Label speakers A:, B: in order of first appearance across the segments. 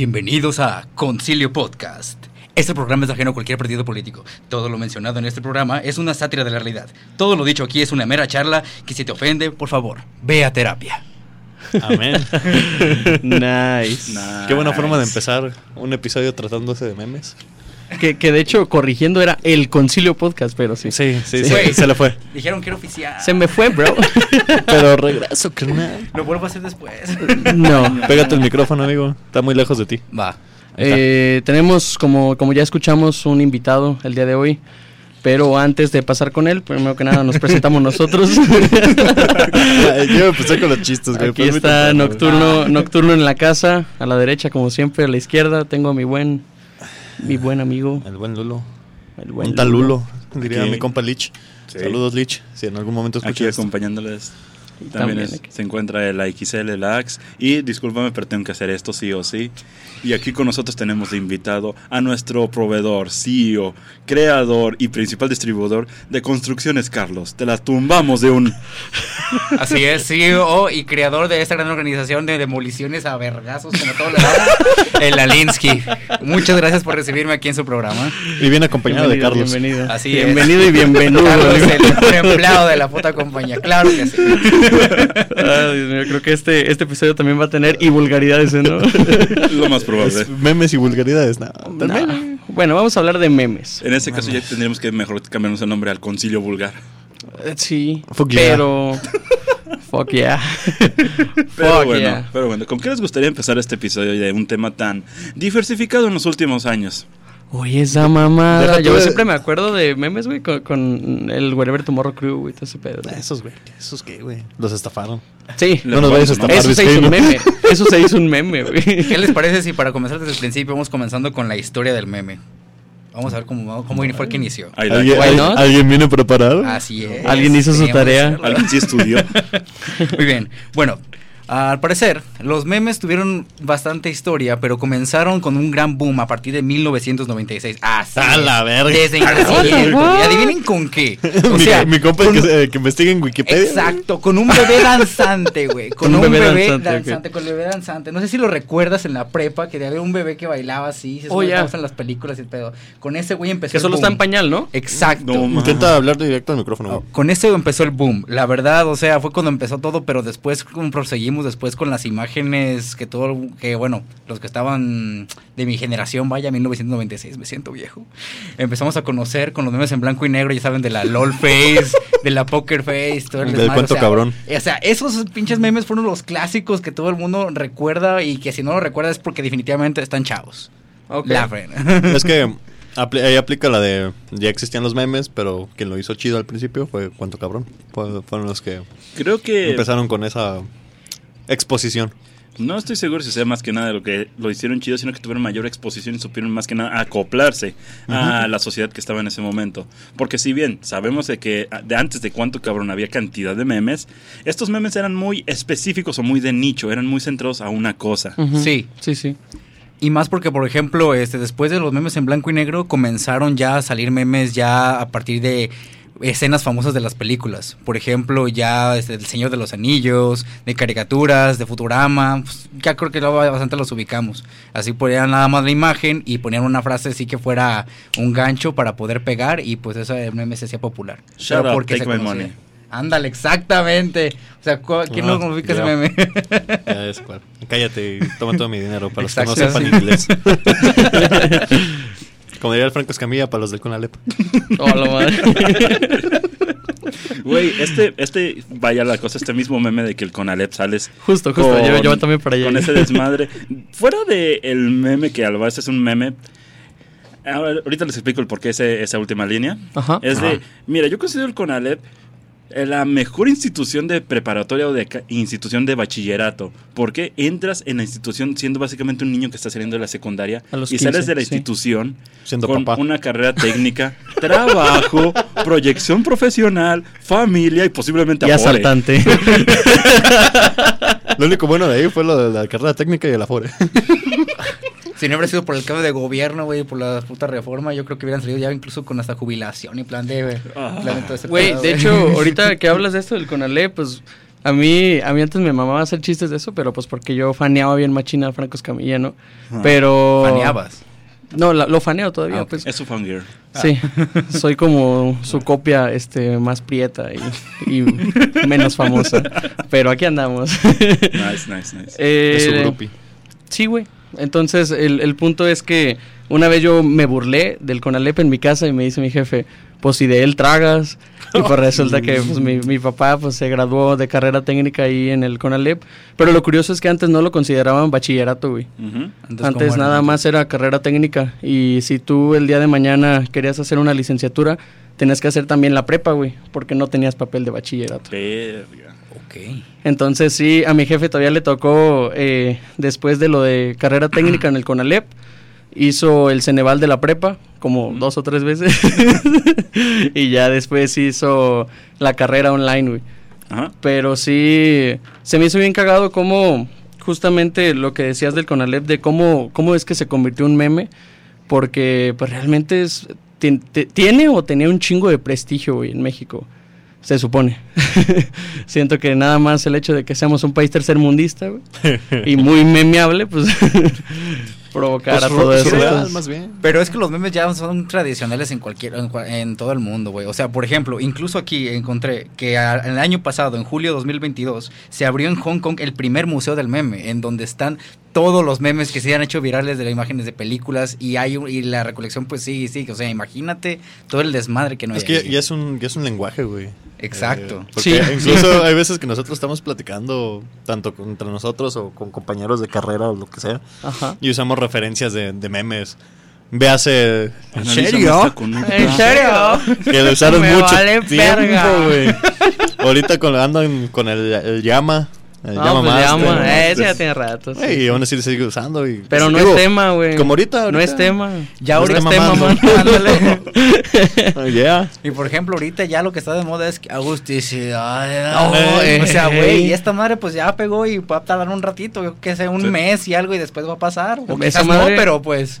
A: Bienvenidos a Concilio Podcast. Este programa es ajeno a cualquier partido político. Todo lo mencionado en este programa es una sátira de la realidad. Todo lo dicho aquí es una mera charla que si te ofende, por favor, ve a terapia.
B: Amén.
C: Nice.
B: Qué buena forma de empezar un episodio tratándose de memes.
C: Que, que de hecho, corrigiendo, era el Concilio Podcast, pero sí.
B: Sí, sí, sí.
A: Güey.
B: Se le fue.
A: Dijeron que era oficial.
C: Se me fue, bro.
B: Pero regreso, carnal.
A: Lo vuelvo a hacer después.
C: No.
B: Pégate el micrófono, amigo. Está muy lejos de ti.
A: Va.
C: Eh, tenemos, como, como ya escuchamos, un invitado el día de hoy. Pero antes de pasar con él, primero que nada nos presentamos nosotros.
B: pues, Yo empecé con los chistes, güey.
C: Aquí
B: Fue muy
C: está
B: temprano,
C: Nocturno, Nocturno en la casa, a la derecha como siempre, a la izquierda tengo a mi buen, mi buen amigo.
B: güey. El buen Lulo.
C: el buen
B: Un tal Lulo, diría
D: Aquí.
B: mi compa Lich.
D: Sí.
B: Saludos, Lich. Si en algún momento escuchas.
D: Aquí
B: esto.
D: acompañándoles.
C: Y
D: También
C: también
D: es-
C: aquí.
D: se encuentra el AXL, el AX. Y discúlpame, pero tengo que hacer esto sí o sí. Y aquí con nosotros tenemos de invitado a nuestro proveedor, CEO, creador y principal distribuidor de Construcciones Carlos. Te la tumbamos de un.
A: Así es, CEO y creador de esta gran organización de demoliciones a vergazos, como todo lo el Alinsky. Muchas gracias por recibirme aquí en su programa.
B: Y bien acompañado de
C: Bienvenido,
B: Carlos.
C: Bienvenido.
A: Así es.
C: bienvenido y bienvenido.
A: Carlos,
C: amigo.
A: el mejor empleado de la puta compañía. Claro que sí.
C: Ay, Dios mío, creo que este, este episodio también va a tener y vulgaridades, ¿eh, ¿no?
D: Lo más probable.
B: Es memes y vulgaridades, nada.
C: Nah. Bueno, vamos a hablar de memes.
D: En este caso ya tendríamos que mejor cambiarnos el nombre al Concilio Vulgar.
C: Eh, Sí,
B: Fuck yeah.
C: pero... Fuck yeah.
D: Pero
C: Fuck
D: bueno,
C: yeah.
D: pero bueno, ¿con qué les gustaría empezar este episodio de un tema tan diversificado en los últimos años?
C: Oye, esa
B: Deja
C: mamada.
B: tú
C: Yo
B: de-
C: siempre me acuerdo de memes, güey, con, con el Wherever Tomorrow Crew, güey, todo ese pedo. güey.
B: Esos, güey. Esos qué, güey. Los estafaron.
C: Sí,
D: Le
B: No nos vayas a estampar,
D: robamos,
C: eso se hizo un
B: Vizcaíno.
C: meme. Eso se hizo un meme, güey.
A: ¿Qué les parece si para comenzar desde el principio vamos comenzando con la historia del meme? Vamos a ver cómo, cómo fue que inició.
D: I like
B: ¿Alguien,
D: it.
C: Why
B: al-
C: not?
B: ¿Alguien viene preparado?
A: Así es.
C: Alguien hizo su
A: Teníamos que
C: tarea.
A: hacerlo.
D: Alguien sí estudió.
A: Muy bien. Bueno, al parecer, los memes tuvieron bastante historia, pero comenzaron con un gran boom a partir de 1996. Así
B: A la
A: es.
B: verga.
A: Desde
C: la
A: nacimiento.
C: verga.
A: Y adivinen con qué. O
B: mi,
A: sea,
B: mi compa
A: con-
B: que, se- que investigue en Wikipedia. güey.
A: Exacto, con un bebé danzante, güey. Con un bebé, danzante,
C: ok.
A: con el bebé danzante. No sé si lo recuerdas en la prepa, que había un bebé que bailaba así, se
C: Oh, ya.
A: en las películas y el pedo. Con ese güey empezó
C: Que
A: el
C: solo
A: boom. Eh,
C: está en pañal, ¿no?
A: Exacto.
D: No, ma-
B: Intenta hablar directo al micrófono. güey.
A: Oh, Con ese empezó el boom, la verdad, o sea, fue cuando empezó todo, pero después como proseguimos después con las imágenes que todo, que bueno, los que estaban de mi generación, vaya, 1996, me siento viejo. Empezamos a conocer con los memes en blanco y negro, ya saben, de la LOL Face, de la Poker Face, todo el
B: Del
A: desmadre,
B: cuento
A: o sea,
B: cabrón.
A: O sea, esos pinches memes fueron los clásicos que todo el mundo recuerda y que si no lo recuerda es porque definitivamente están chavos.
C: Ok.
A: La verdad.
B: Es que apli- ahí aplica la de ya existían los memes, pero quien lo hizo chido al principio fue cuánto cabrón. Fue- fueron los que
D: Creo que
B: empezaron con esa exposición.
D: no estoy seguro si sea más que nada de lo que lo hicieron chido, sino que tuvieron mayor exposición y supieron más que nada acoplarse a la sociedad que estaba en ese momento. Porque si bien sabemos de que a- de antes de cuánto cabrón había cantidad de memes, estos memes eran muy específicos o muy de nicho, eran muy centrados a una cosa.
C: Ujú.
A: Sí.
C: Sí, sí.
A: Y más porque, por ejemplo, este, después de los memes en blanco y negro, comenzaron ya a salir memes ya a partir de escenas famosas de las películas. Por ejemplo, ya este, El Señor de los Anillos, de caricaturas, de Futurama. pues, ya creo que luego bastante los ubicamos. Así ponían nada más la imagen y ponían una frase así que fuera un gancho para poder pegar y pues eso el meme se hacía popular.
D: Shut
A: Pero
D: up,
A: porque
D: take my
A: conocía.
D: money.
A: Ándale, exactamente. O sea, cu- ¿quién
B: Ah,
A: no ubica ese
B: ya.
A: meme?
B: Ya es, cual. Cállate y toma todo mi dinero para los que no
A: Exacto,
B: sepan
A: sí.
B: inglés. Como diría el Franco Escamilla para los del Conalep.
C: Hola, madre.
D: Güey, este, este, vaya la cosa, este mismo meme de que el Conalep sales.
C: Justo, justo, yo- yo voy también para allá.
D: Con ese desmadre. Fuera de el meme, que al base es un meme. a ver, Ahorita les explico el porqué ese- esa última línea.
C: Ajá.
D: Es
A: Ajá.
D: de, mira, yo considero el CONALEP eh, la mejor institución de preparatoria o de ca- institución de bachillerato. Porque entras en la institución siendo básicamente un niño que está saliendo de la secundaria
C: A los
D: y sales
C: 15,
D: de la
C: sí.
D: institución
B: Siendo
D: con
B: papá.
D: una carrera técnica, trabajo, proyección profesional, familia y posiblemente
C: Y
D: amores.
C: asaltante.
B: Lo único bueno de ahí fue lo de la carrera técnica y el afore.
A: Si no hubiera sido por el cambio de gobierno, güey, por la puta reforma, yo creo que hubieran salido ya incluso con hasta jubilación y plan de...
D: Ah.
A: plan de todo ese
C: Güey,
A: pedo,
C: de hecho, ahorita que hablas de esto del Conalep, pues A mí, a mí antes me mamaba hacer chistes de eso, pero pues porque yo faneaba bien machina al Franco Escamilla, ¿no?
D: Ah,
C: Pero...
A: Faneabas.
C: No, la- lo faneo todavía,
A: Ah, ok.
C: pues.
D: Es su fangirl.
C: Sí, soy como su copia este, más prieta y, y menos famosa. Pero aquí andamos.
D: Nice, nice, nice.
C: Eh,
B: Es su grupi.
C: Sí, güey. Entonces, el, el punto es que una vez yo me burlé del Conalep en mi casa y me dice mi jefe, pues si de él tragas. Y pues resulta que pues, mi, mi papá pues, se graduó de carrera técnica ahí en el Conalep. Pero lo curioso es que antes no lo consideraban bachillerato, güey.
D: Ujú.
A: ¿cómo
C: Antes
A: era?
C: nada más era carrera técnica y si tú el día de mañana querías hacer una licenciatura, tenías que hacer también la prepa, güey, porque no tenías papel de bachillerato.
D: Verga.
A: Ok.
C: Entonces sí, a mi jefe todavía le tocó, eh, después de lo de carrera técnica en el CONALEP, hizo el Ceneval de la prepa, como dos o tres veces, y ya después hizo la carrera online, güey.
D: Ajá.
C: Pero sí, se me hizo bien cagado cómo, justamente lo que decías del Conalep, de cómo, cómo es que se convirtió en un meme, porque pues realmente es, tien- te- tiene o tenía un chingo de prestigio güey, en México, se supone. Siento que nada más el hecho de que seamos un país tercermundista güey, y muy memeable, pues provocar a
B: Pues,
C: todo
B: surreal,
C: eso.
B: surreal, más bien.
A: Pero es que los memes ya son tradicionales en cualquier en, cua- en todo el mundo, güey. O sea, por ejemplo, incluso aquí encontré que a- el año pasado, en julio de 2022, se abrió en Hong Kong el primer museo del meme, en donde están todos los memes que se han hecho virales de las imágenes de películas y hay un- y la recolección pues sí, sí, o sea, imagínate todo el desmadre que no
B: Es
A: hay
B: que ya,
A: ahí.
B: ya es un, ya es un lenguaje, güey.
A: Exacto.
B: Eh, porque
C: Sí.
B: Incluso hay veces que nosotros estamos platicando, tanto con- entre nosotros o con compañeros de carrera o lo que sea,
C: Ajá.
B: y usamos referencias de, de memes. Véase.
D: Analízame esta conducta.
C: ¿En serio?
B: Que lo usaron
C: Me
B: mucho
C: vale
B: tiempo,
C: verga.
B: güey. Ahorita con, andan con el, el llama. El
C: No,
B: llama
C: pues
B: más.
C: llama,
B: güey.
C: eh, ese ya tiene rato. sí.
B: Güey, y aún así lo sigue usando. y-
C: Pero no
B: Digo,
C: es tema, güey.
B: Como ahorita,
C: No
B: ahorita.
C: es tema.
A: Ya
C: No
A: ahorita
C: es
B: está
C: tema, man.
B: mamando.
C: Ándale.
B: Oh, yeah.
A: Y por ejemplo, ahorita ya lo que está de moda es que agusticidad.
B: No, eh.
A: o sea, güey, y esta madre pues ya pegó y va a tardar un ratito, yo que sé, un
D: Sí.
A: mes y algo y después va a pasar. O
C: Esa
A: quizás
C: madre-
A: no, pero pues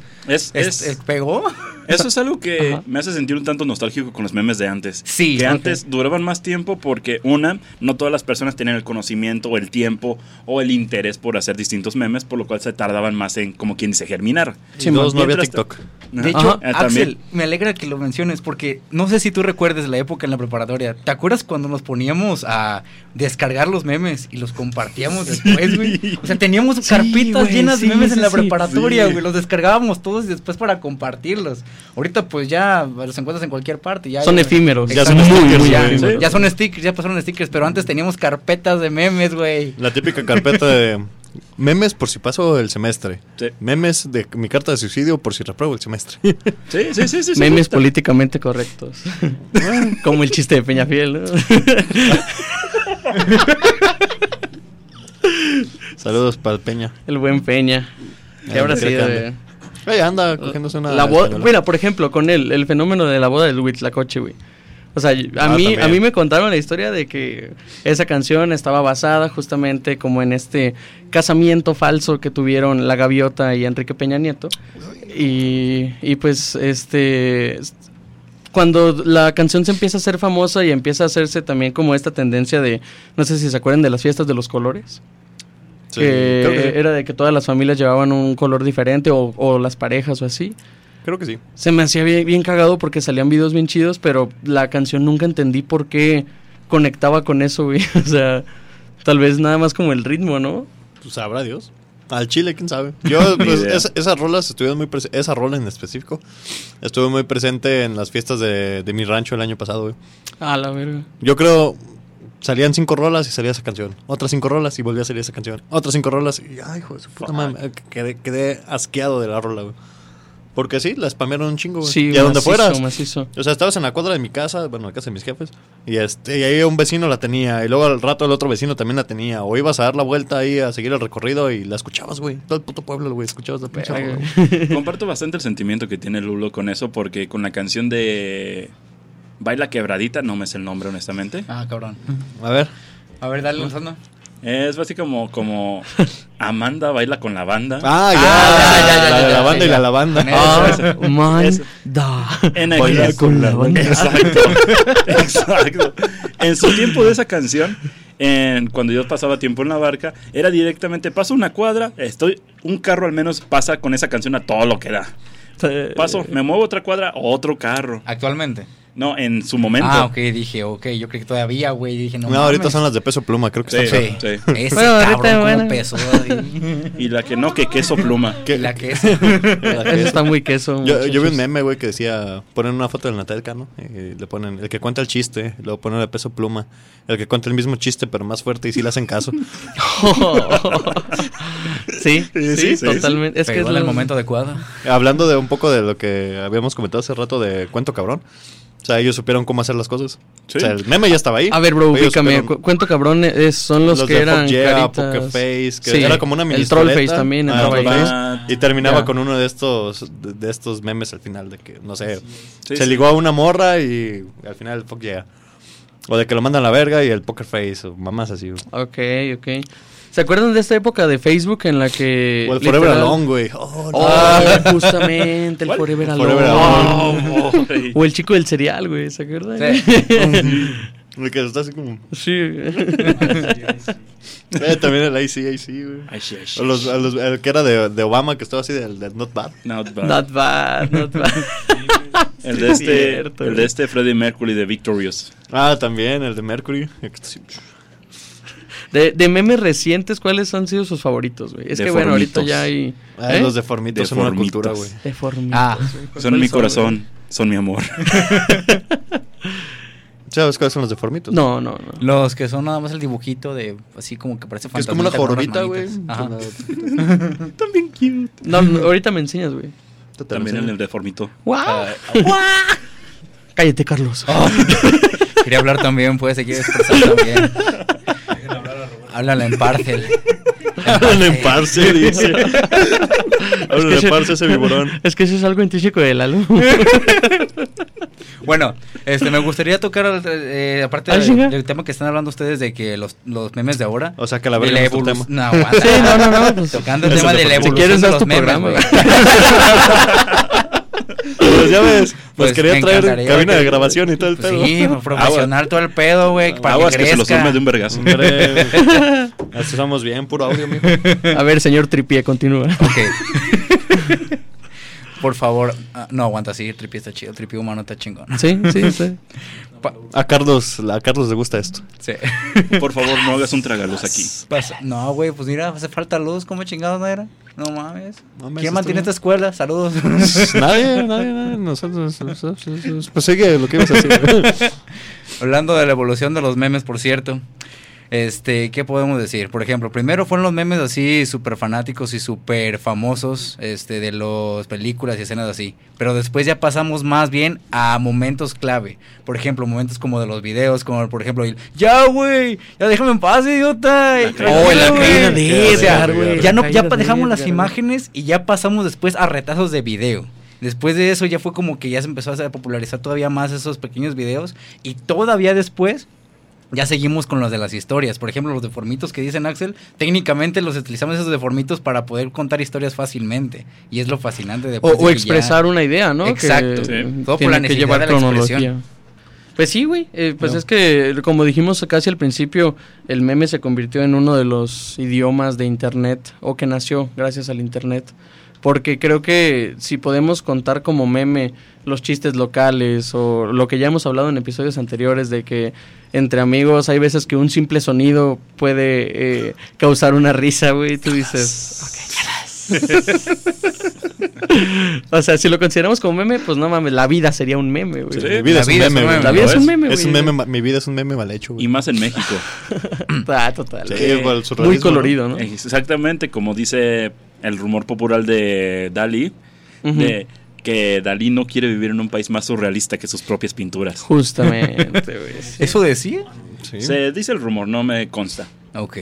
A: es-
D: Es, es-
C: Este,
A: es- pegó.
D: eso es algo que
C: Ajá.
D: me hace sentir un tanto nostálgico con los memes de antes.
A: Sí,
D: Que
A: ok.
D: antes duraban más tiempo porque, una, no todas las personas tenían el conocimiento o el tiempo o el interés por hacer distintos memes, por lo cual se tardaban más en, como quien dice, germinar.
B: Y dos, no había
D: Mientras-
B: TikTok.
A: De
D: Ajá.
A: hecho,
D: Ah,
A: Axel,
D: también.
A: me alegra que lo menciones porque no sé si tú recuerdes la época en la preparatoria. ¿Te acuerdas cuando nos poníamos a descargar los memes y los compartíamos después, güey? O sea, teníamos carpitas
C: güey,
A: llenas de
C: sí,
A: memes
C: sí,
A: en la
C: sí.
A: preparatoria,
D: Sí.
A: güey. Los descargábamos todos y después para compartirlos. Ahorita pues ya los encuentras en cualquier parte. Ya,
C: Son efímeros.
B: Ya
A: Ya
B: son
A: son
B: stickers,
A: ya,
B: güey.
D: Sí.
A: ya son stickers, ya pasaron stickers, pero antes teníamos carpetas de memes, güey.
B: La típica carpeta de memes por si paso el semestre.
D: Sí.
B: Memes de mi carta de suicidio por si repruebo el semestre.
D: Sí, sí, sí, sí, sí.
C: Memes políticamente correctos. Como el chiste de Peñafiel. ¿no?
B: Saludos para el Peña.
C: el buen Peña. ¿Qué
B: Ay,
C: habrá
B: creo
C: sido?
B: que
C: eh?
B: ande. Ey, anda cogiéndose una.
C: La boda-
B: española.
C: mira, por ejemplo, con él, el fenómeno de la boda del Huitlacoche, güey. O sea, yo- a,
B: Ah,
C: mí, a
B: también.
C: mí me contaron la historia de que esa canción estaba basada justamente como en este casamiento falso que tuvieron La Gaviota y Enrique Peña Nieto. Y, y pues, este, cuando la canción se empieza a hacer famosa y empieza a hacerse también como esta tendencia de, no sé si se acuerdan de las fiestas de los colores
B: Sí,
C: que
B: creo, que sí.
C: era de que todas las familias llevaban un color diferente o, o las parejas o así.
B: Creo que sí.
C: Se me hacía bien, bien cagado porque salían videos bien chidos, pero la canción nunca entendí por qué conectaba con eso, güey. O sea, tal vez nada más como el ritmo, ¿no?
B: Pues sabrá Dios. Al Chile, quién sabe. Yo,
D: Ni
B: pues,
D: idea.
B: esa- esas rolas estuvieron muy pres- Esa rola en específico estuvo muy presente en las fiestas de, de mi rancho el año pasado, güey.
C: A la verga.
B: Yo creo. Salían cinco rolas y salía esa canción. Otras cinco rolas y volvía a salir esa canción. Otras cinco rolas y. Ay, hijo de su puta madre. Quedé, quedé asqueado de la rola, güey. Porque sí, la spamearon un chingo, güey.
C: Sí,
B: y a donde
C: macizo,
B: fueras.
C: macizo.
B: O sea, estabas en la cuadra de mi casa, bueno, la casa de mis jefes, y este, y ahí un vecino la tenía, y luego al rato el otro vecino también la tenía, o ibas a dar la vuelta ahí a seguir el recorrido y la escuchabas, güey, todo el puto pueblo, güey, escuchabas la pinche rola,
C: Verga.
B: güey.
D: Comparto bastante el sentimiento que tiene Lulo con eso, porque con la canción de Baila Quebradita, no me es el nombre, honestamente.
A: Ah, cabrón.
B: A ver,
A: A ver, dale, Gonzalo.
D: Es básicamente como, como Amanda baila con la banda.
B: ah, ya,
A: Ah, ya, ya,
B: la
A: ya,
B: de
A: ya,
B: la
A: ya,
B: banda y
A: ya.
B: la lavanda.
A: Con
D: Eso,
A: Ah,
D: eso.
C: Man,
D: Eso.
C: da.
D: En aquel-
B: Baila con la banda.
D: Exacto. Exacto. En su tiempo de esa canción en- cuando yo pasaba tiempo en la barca, era directamente, paso una cuadra, estoy, un carro al menos pasa con esa canción a todo lo que da.
B: Eh,
D: Paso, me muevo otra cuadra, otro carro.
A: Actualmente.
D: No, en su momento.
A: Ah, ok, dije, ok, yo creo que todavía, güey, dije, no.
B: No, ahorita son las de peso pluma, creo que
D: Sí.
B: están
A: Sí.
D: Sí.
A: Ese
C: Bueno, ahorita,
A: cabrón cómo
C: bueno.
A: pesó, ay.
D: Y la que no, que queso pluma.
B: ¿Qué?
A: La que es.
B: La que
C: Eso
B: es-
C: está muy queso.
B: Yo, yo vi
C: muchachos.
B: un meme, güey, que decía, ponen una foto del Natal Cano, y le ponen el que cuenta el chiste, luego ponen el peso pluma, el que cuenta el mismo chiste pero más fuerte y sí le hacen caso.
C: sí, sí,
D: sí, sí.
C: totalmente. Es que es
A: Pegó en el
C: lo-
A: momento adecuado.
B: Hablando de un poco de lo que habíamos comentado hace rato de cuento cabrón. O sea, ellos supieron cómo hacer las cosas.
D: Sí.
B: O sea, el meme ya estaba ahí.
C: A ver, bro,
B: Ellos
C: ubícame.
B: supieron-
C: Cu- Cuento cabrón, es- son los, que
B: de
C: eran
B: Fuck Yeah,
C: caritas.
B: Poker Face, que
C: Sí,
B: era como una mini
C: El troll face también
B: Ah,
C: entraba
B: Troll
C: ahí.
B: Face. Y terminaba
C: Ya.
B: con uno de estos de, de estos memes al final de que no sé, se
D: Sí, sí.
B: ligó a una morra y al final fuck yeah. O de que lo mandan a la verga y el poker face o mamás así. güey.
C: Ok, ok. ¿Se acuerdan de esta época de Facebook en la que.
B: o el Forever
C: Eh, literal-
B: Alone, güey. Oh, no.
C: Oh, justamente, el
D: ¿Cuál?
C: Forever Alone.
B: Forever Alone.
D: Oh, boy.
C: O el chico del cereal, güey, ¿se acuerdan?
A: Sí.
B: El que está así como
C: Sí.
B: eh, también el ICIC, güey.
D: Ay, sí, ay, sí.
B: O los- ah, a los- el que era de, de Obama que estaba así del, del Not Bad.
D: Not bad.
C: not bad, not bad.
D: el,
C: Sí,
D: de
C: es
D: este,
C: cierto,
D: el de
C: güey.
D: este Freddie Mercury de Victorious.
B: Ah, también el de Mercury.
C: ¿Eh?
B: El que está así,
C: De, de memes recientes, ¿cuáles han sido sus favoritos, güey? Es que bueno, ahorita
D: Deformitos.
C: ya hay.
B: Ah,
C: ¿Eh?
B: Los deformitos son una
D: Deformitos.
B: cultura, güey.
C: Deformitos,
A: Ah,
C: güey. Pues, ¿Cuáles
D: Son mi
C: güey?
D: corazón, son mi amor.
B: ¿Sabes cuáles son los deformitos?
C: No, no, no.
A: Los que son nada más el dibujito de así como que parece
B: Que es como una
A: fantasmita
B: jorobita,
A: con
B: güey.
A: unas manitas. Ajá.
D: También cute.
C: No, no, ahorita me enseñas, güey.
B: Ah.
D: También en el deformito.
C: ¡Wow! Cállate, Carlos.
B: Ah. Oh.
A: Quería hablar también, pues, puedes seguir expresando también. Háblala en parcel.
B: Háblale en parce, dice. Háblale en parce ese viborón.
C: Es que eso es algo intrínseco de la luz.
A: Bueno, este, me gustaría tocar, al- eh, aparte
C: Ah,
A: del,
C: chinga.
A: del tema que están hablando ustedes de que los, los memes de ahora.
B: O sea, que la verga
A: de
B: no es tu
A: evolu-
B: tema.
A: No, aguanta.
C: Ah, Sí, no, no, no, pues.
A: Tocando el
B: Eso
A: tema
B: es
A: de la
B: deporte. Si
A: evolución
C: quieres,
A: de
C: haz
A: los
C: tu
A: memes,
C: programa,
A: güey.
B: Pues ya ves,
A: Pues,
B: pues, quería
A: me
B: traer
A: encantaría
B: cabina
A: que-
B: de grabación y todo el
A: Pues
B: pedo. Ah,
A: sí, profesional todo el pedo, güey, para
D: Aguas
A: que
D: que, se los
A: crezca.
D: duerme de un vergazo.
B: Hombre, así estamos bien, puro audio, mijo.
C: A ver, señor Tripié, continúa.
A: Ok. Por favor, ah, no aguanta, sí, el tripi está chido, el tripi humano está chingón.
C: Sí, sí, sí.
A: Pa-
B: A Carlos, a Carlos le gusta esto.
A: sí.
D: Por favor, no hagas un tragaluz aquí.
A: Pasa- No, güey, pues mira, hace falta luz, ¿cómo chingados no era? No mames.
B: No mames,
A: ¿Quién mantiene
B: esto-
A: esta escuela? Saludos.
B: Pues Nadie, nadie, nadie. Nosotros, nosotros, nosotros. Pues sigue lo que ibas a decir.
A: Hablando de la evolución de los memes, por cierto. Este, ¿qué podemos decir? Por ejemplo, primero fueron los memes así súper fanáticos y súper famosos este, de las películas y escenas así. Pero después ya pasamos más bien a momentos clave. Por ejemplo, momentos como de los videos, como por ejemplo el Ya, güey, ya déjame en paz, idiota.
D: caída-
A: Oh, en la
D: la
A: caída
D: caída
A: de
B: de
A: Edgar,
B: Edgar,
A: güey.
B: güey.
A: Ya, no,
C: La
A: ya
C: caída
A: pa-
C: de
A: dejamos las
C: Edgar, güey.
A: imágenes y ya pasamos después a retazos de video. Después de eso ya fue como que ya se empezó a hacer- popularizar todavía más esos pequeños videos y todavía después ya seguimos con los de las historias. Por ejemplo, los deformitos que dicen Axel, técnicamente los utilizamos esos deformitos para poder contar historias fácilmente y es lo fascinante de
C: O, o expresar una idea, ¿no?
A: Exacto.
D: Sí.
A: Todo por la necesidad de la expresión.
C: Pues sí, güey. eh, pues
B: No.
C: es que, como dijimos casi al principio, el meme se convirtió en uno de los idiomas de Internet, o que nació gracias al Internet. Porque creo que si podemos contar como meme los chistes locales o lo que ya hemos hablado en episodios anteriores de que entre amigos hay veces que un simple sonido puede eh, causar una risa, güey. y Tú dices, "Ok, ya las". o sea, si lo consideramos como meme, pues no mames, la vida sería un meme, güey.
D: Sí,
B: Mi vida
A: La
B: es un
A: vida es un
B: meme, güey.
A: meme.
C: La vida es un
D: ¿Lo
C: meme, güey.
B: Es un meme, ma- mi vida es un meme mal hecho,
D: Y
B: güey.
D: más en México.
C: Ah, total.
B: Sí,
C: Eh,
B: por el surrealismo,
C: Muy
B: pues ¿no?
C: colorido, ¿no?
D: Eh, Exactamente como dice el rumor popular de Dalí,
C: Ujú.
D: de que Dalí no quiere vivir en un país más surrealista que sus propias pinturas.
C: Justamente, güey. sí.
A: ¿Eso decía?
B: Sí.
D: Se dice el rumor, no me consta.
A: Ok.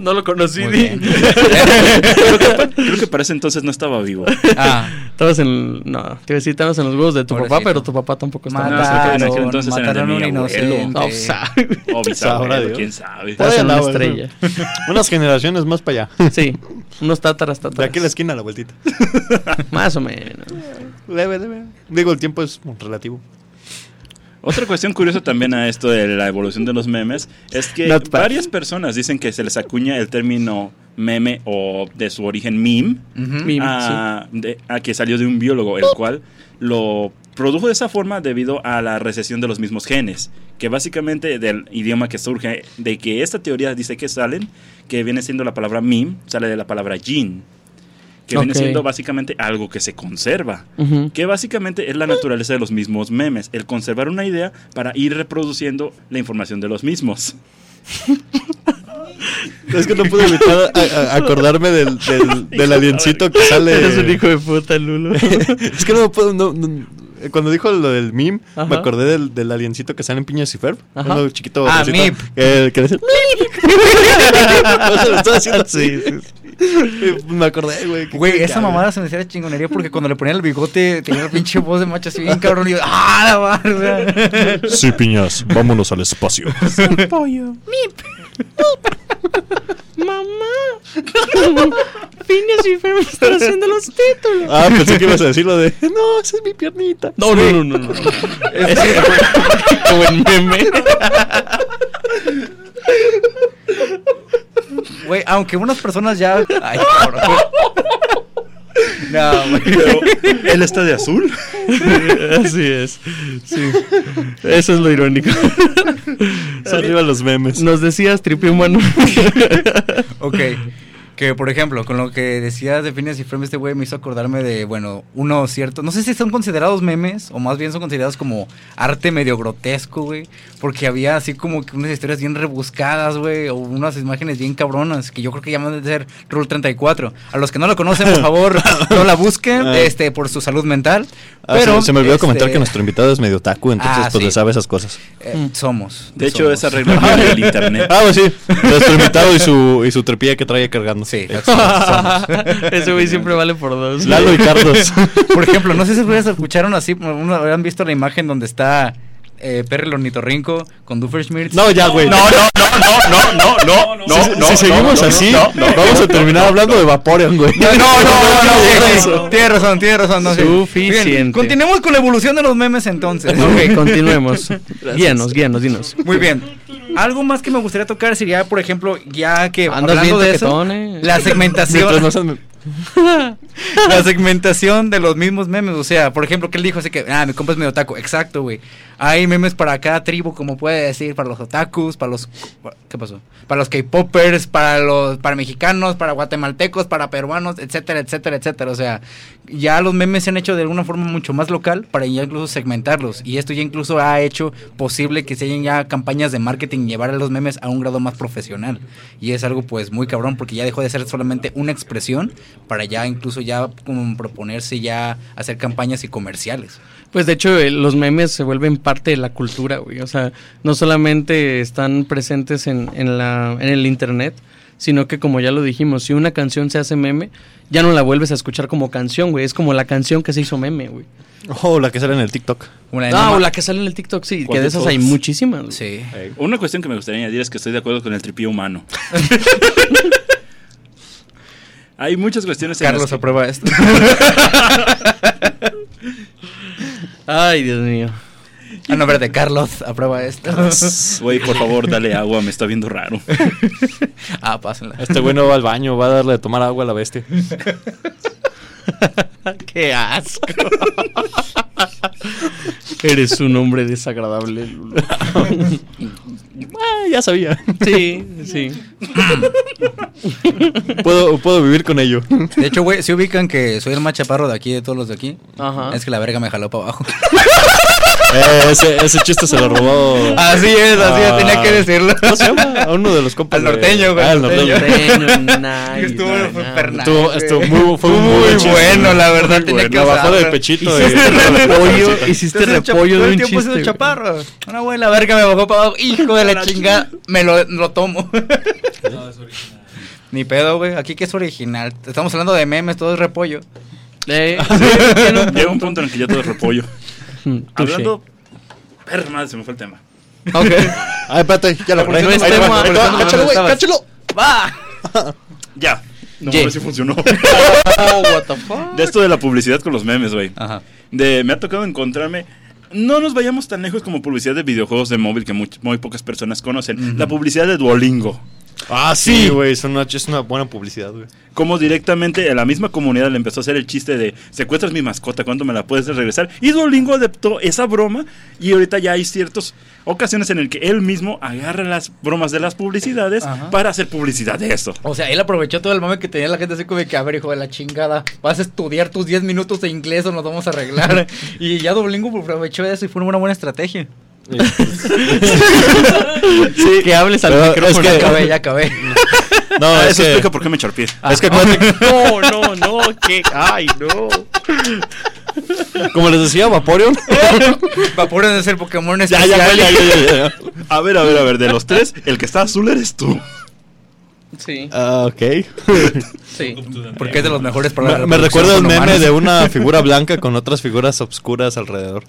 C: no lo conocí.
A: Muy
C: di.
A: bien.
D: Creo que para ese entonces no estaba vivo.
A: ah,
C: Estabas en. No, te iba a decir, estabas en los huevos de tu papá,
A: Pobrecito.
C: pero tu papá tampoco estaba.
D: Mata.
C: en
D: en
A: mataron,
D: aquel entonces era el de
A: mataron a un
D: mi abuelo.
A: inocente.
C: No, o sea, güey,
D: O
B: Sabrá
D: bisabuelo,
B: Dios.
D: quién sabe.
B: Por ahí
C: estabas en una
B: andaba, ¿no?
C: estrella.
B: Unas generaciones más para allá.
C: Sí, unos tátaras, tátaras.
B: De aquí a la esquina a la vueltita.
C: Más o menos.
B: Leve, leve. Digo, el tiempo es relativo.
D: Otra cuestión curiosa también a esto de la evolución de los memes es que
C: Not bad.
D: varias personas dicen que se les acuña el término meme o de su origen meme
A: Ujú.
C: Mi-
D: a, Ah, de- a que salió de un biólogo, el cual lo produjo de esa forma debido a la recesión de los mismos genes, que básicamente del idioma que surge, de que esta teoría dice que salen, que viene siendo la palabra meme, sale de la palabra gene, que viene
C: Ok.
D: siendo básicamente algo que se conserva.
C: sí. Ujú.
D: Que básicamente es la naturaleza de los mismos memes, el conservar una idea para ir reproduciendo la información de los mismos.
B: Es que no pude evitar a- a- acordarme del, del, del aliencito que
C: Eres un
B: sale.
C: hijo de puta, Lulo.
B: Es que no puedo. no- no- cuando dijo lo del meme, me
C: Ajá.
B: acordé del, del aliencito que sale en Piñas y Ferb.
C: Ajá.
B: Uno chiquito.
A: Ah,
B: rosito,
A: Mip.
B: El que le dice. Lo estaba haciendo así. Me acordé, güey.
A: Güey, esa mamada se me hacía chingonería porque cuando le ponían el bigote tenía la pinche voz de macho así bien cabrón y yo, ¡ah, la madre! O sea,
B: Sí, piñas, vámonos al espacio.
C: pollo. Mamá. Phineas y Ferb están haciendo los títulos.
B: Ah, pensé que ibas a decir lo de. No, esa es mi piernita.
C: No, no, no, no, no. Es como el meme.
A: Güey, aunque unas personas ya. Ay, cabrón. No, güey.
D: Pero él está de azul.
C: Así es. Sí. Eso es lo irónico.
B: Arriba los memes.
C: Nos decías triple humano.
A: Ok. Que por ejemplo, con lo que decías de Phineas y Ferb, este güey me hizo acordarme de, bueno, uno cierto. No sé si son considerados memes o más bien son considerados como arte medio grotesco, güey. Porque había así como que unas historias bien rebuscadas, güey, o unas imágenes bien cabronas, que yo creo que llaman de ser Rule 34. A los que no lo conocen, por favor, no la busquen,
B: Ah.
A: este, por su salud mental.
B: Ah,
A: pero,
B: se, se me olvidó
A: este,
B: comentar que nuestro invitado es medio taco, entonces
A: Ah,
B: pues
A: sí.
B: le sabe esas cosas.
A: eh, somos.
D: De hecho,
A: somos.
D: esa regla viene del internet.
B: Ah, pues sí. Nuestro invitado y su, y su trepilla que trae cargando.
A: Sí,
B: Eh,
C: Ese güey siempre vale por dos.
B: Lalo y Carlos.
A: Por ejemplo, no sé si ustedes escucharon así, uno- habrán visto la imagen donde está eh, Perry el ornitorrinco con Doofenshmirtz.
B: No, ya, güey.
D: No, no, no, no, no, no, no, no.
B: si, si seguimos así, vamos a terminar hablando de Vaporeon, güey.
A: No, no, no, no, no,
B: Eso.
A: güey, Tiene razón, tiene razón. No sé.
C: Suficiente.
A: Bien, continuemos con la evolución de los memes entonces.
C: Ok, continuemos. Guíanos, guíanos, dinos.
A: Muy bien. Algo más que me gustaría tocar sería, por ejemplo, ya que
C: Andas
A: hablando
C: bien
A: de eso,
C: toquetón, eh.
A: la
B: Mientras
A: segmentación,
B: no sean-
A: la segmentación de los mismos memes. O sea, por ejemplo, que él dijo así que, ah, mi compa es medio otaku. Exacto, güey. Hay memes para cada tribu, como puede decir, para los otakus, para los. ¿Qué pasó? Para los K-popers, para los para mexicanos, para guatemaltecos, para peruanos, etcétera, etcétera, etcétera. O sea, ya los memes se han hecho de una forma mucho más local para ya incluso segmentarlos. Y esto ya incluso ha hecho posible que se hayan ya campañas de marketing y llevar a los memes a un grado más profesional. Y es algo pues muy cabrón porque ya dejó de ser solamente una expresión para ya incluso ya como proponerse ya hacer campañas y comerciales.
C: Pues de hecho, eh, los memes se vuelven parte de la cultura, güey. O sea, no solamente están presentes en, en la, en el internet, sino que como ya lo dijimos, si una canción se hace meme, ya no la vuelves a escuchar como canción, güey. Es como la canción que se hizo meme, güey.
B: Oh, la que sale en el TikTok.
A: Una de
C: Ah,
A: Noma-
C: o la que sale en el TikTok, sí, que
D: ¿Cuál
C: de
D: de
C: esas hay
D: todas?
C: muchísimas. güey.
A: Sí.
D: Eh, Una cuestión que me gustaría añadir es que estoy de acuerdo con el tripié humano. Hay muchas cuestiones en las
A: Carlos
D: que-
A: aprueba esto. Ah,
C: Ay, Dios mío.
A: A nombre de Carlos aprueba esto.
D: Güey, por favor, dale agua, me está viendo raro.
A: ah, pásenla.
B: Este güey no va al baño, va a darle de tomar agua a la bestia.
C: Qué asco. Eres un hombre desagradable, Lulo.
B: Ah, ya sabía.
C: Sí, sí.
B: Puedo, puedo vivir con ello.
A: De hecho, güey, si ubican que soy el más chaparro de aquí, de todos los de aquí.
C: Ajá.
A: Es que la verga me jaló para abajo.
B: Eh, ese, ese chiste se lo robó.
A: Así es, así es,
B: Ah.
A: tenía que decirlo.
B: ¿Cómo se llama? A uno de los compas.
A: Al
B: de-
A: norteño, güey,
B: Ah, al
A: al
B: norteño.
C: Bueno, nice,
A: Estuvo-
C: nice,
A: fue
C: nice.
A: perna-
B: Estuvo,
A: Nice,
B: estuvo
A: güey.
B: muy, fue un muy
A: Muy
B: buen chiste,
A: bueno,
B: güey.
A: la verdad,
B: Muy
A: tenía que
B: Abajo
A: usarlo.
B: de pechito. de-
C: Hiciste repollo, hiciste
A: Entonces, el chap-
C: repollo
A: todo el
C: de un
A: tiempo
C: chiste.
A: es un
C: güey.
A: chaparro. Una güey, la verga me bajó para abajo. Hijo de la chingada. Me lo, lo tomo. Ni pedo, güey. Aquí que es original. Estamos hablando de memes, todo es repollo.
C: Eh,
D: Llega un punto en el que ya todo es repollo.
C: mm, touché.
D: Hablando. Perra madre, se me fue el tema.
A: Ok.
B: Ay, espérate, ya lo
A: Porque
B: prendo.
A: no
B: Ahí
A: es
B: te va,
A: tema,
B: ahí te
A: porque
B: va.
A: no es
B: Cáchalo, güey,
A: tema.
B: cáchalo.
A: ¡Va!
D: Ya. No
C: Yeah.
D: sé si funcionó.
C: Oh, what the fuck.
A: Ah.
D: De esto de la publicidad con los memes, güey.
A: Ajá.
D: De, me ha tocado encontrarme no nos vayamos tan lejos como publicidad de videojuegos de móvil que muy, muy pocas personas conocen. La publicidad de Duolingo.
B: Ah, sí, güey. Es, una, es una buena publicidad, güey.
D: Como directamente a la misma comunidad le empezó a hacer el chiste de secuestras mi mascota, ¿cuándo me la puedes regresar? Y Duolingo adaptó esa broma y ahorita ya hay ciertas ocasiones en el que él mismo agarra las bromas de las publicidades
A: Ajá.
D: para hacer publicidad de eso.
A: O sea, él aprovechó todo el mame que tenía la gente así como de que, a ver, hijo de la chingada, vas a estudiar tus 10 minutos de inglés o nos vamos a arreglar. Y ya Duolingo aprovechó eso y fue una buena estrategia.
C: que hables al
B: Pero es
C: micrófono.
B: que-
A: Ya acabé, ya acabé.
B: No,
D: Ah,
B: es
D: eso
B: que-
D: explica por qué me charpié.
B: Es que acuérdate-
C: No, no, no, que. Ay, no.
B: como les decía, Vaporeon.
A: Vapor es el Pokémon
B: ya, ya,
A: especial.
B: ya, ya, ya, ya, ya.
D: A ver, a ver, a ver, de los tres, el que está azul eres tú.
C: Sí,
B: Ah, ok.
C: sí.
A: Porque es de los mejores para la
B: Me, me
A: reproducción
B: recuerda el
A: con
B: meme
A: humanos.
B: de una figura blanca con otras figuras obscuras alrededor.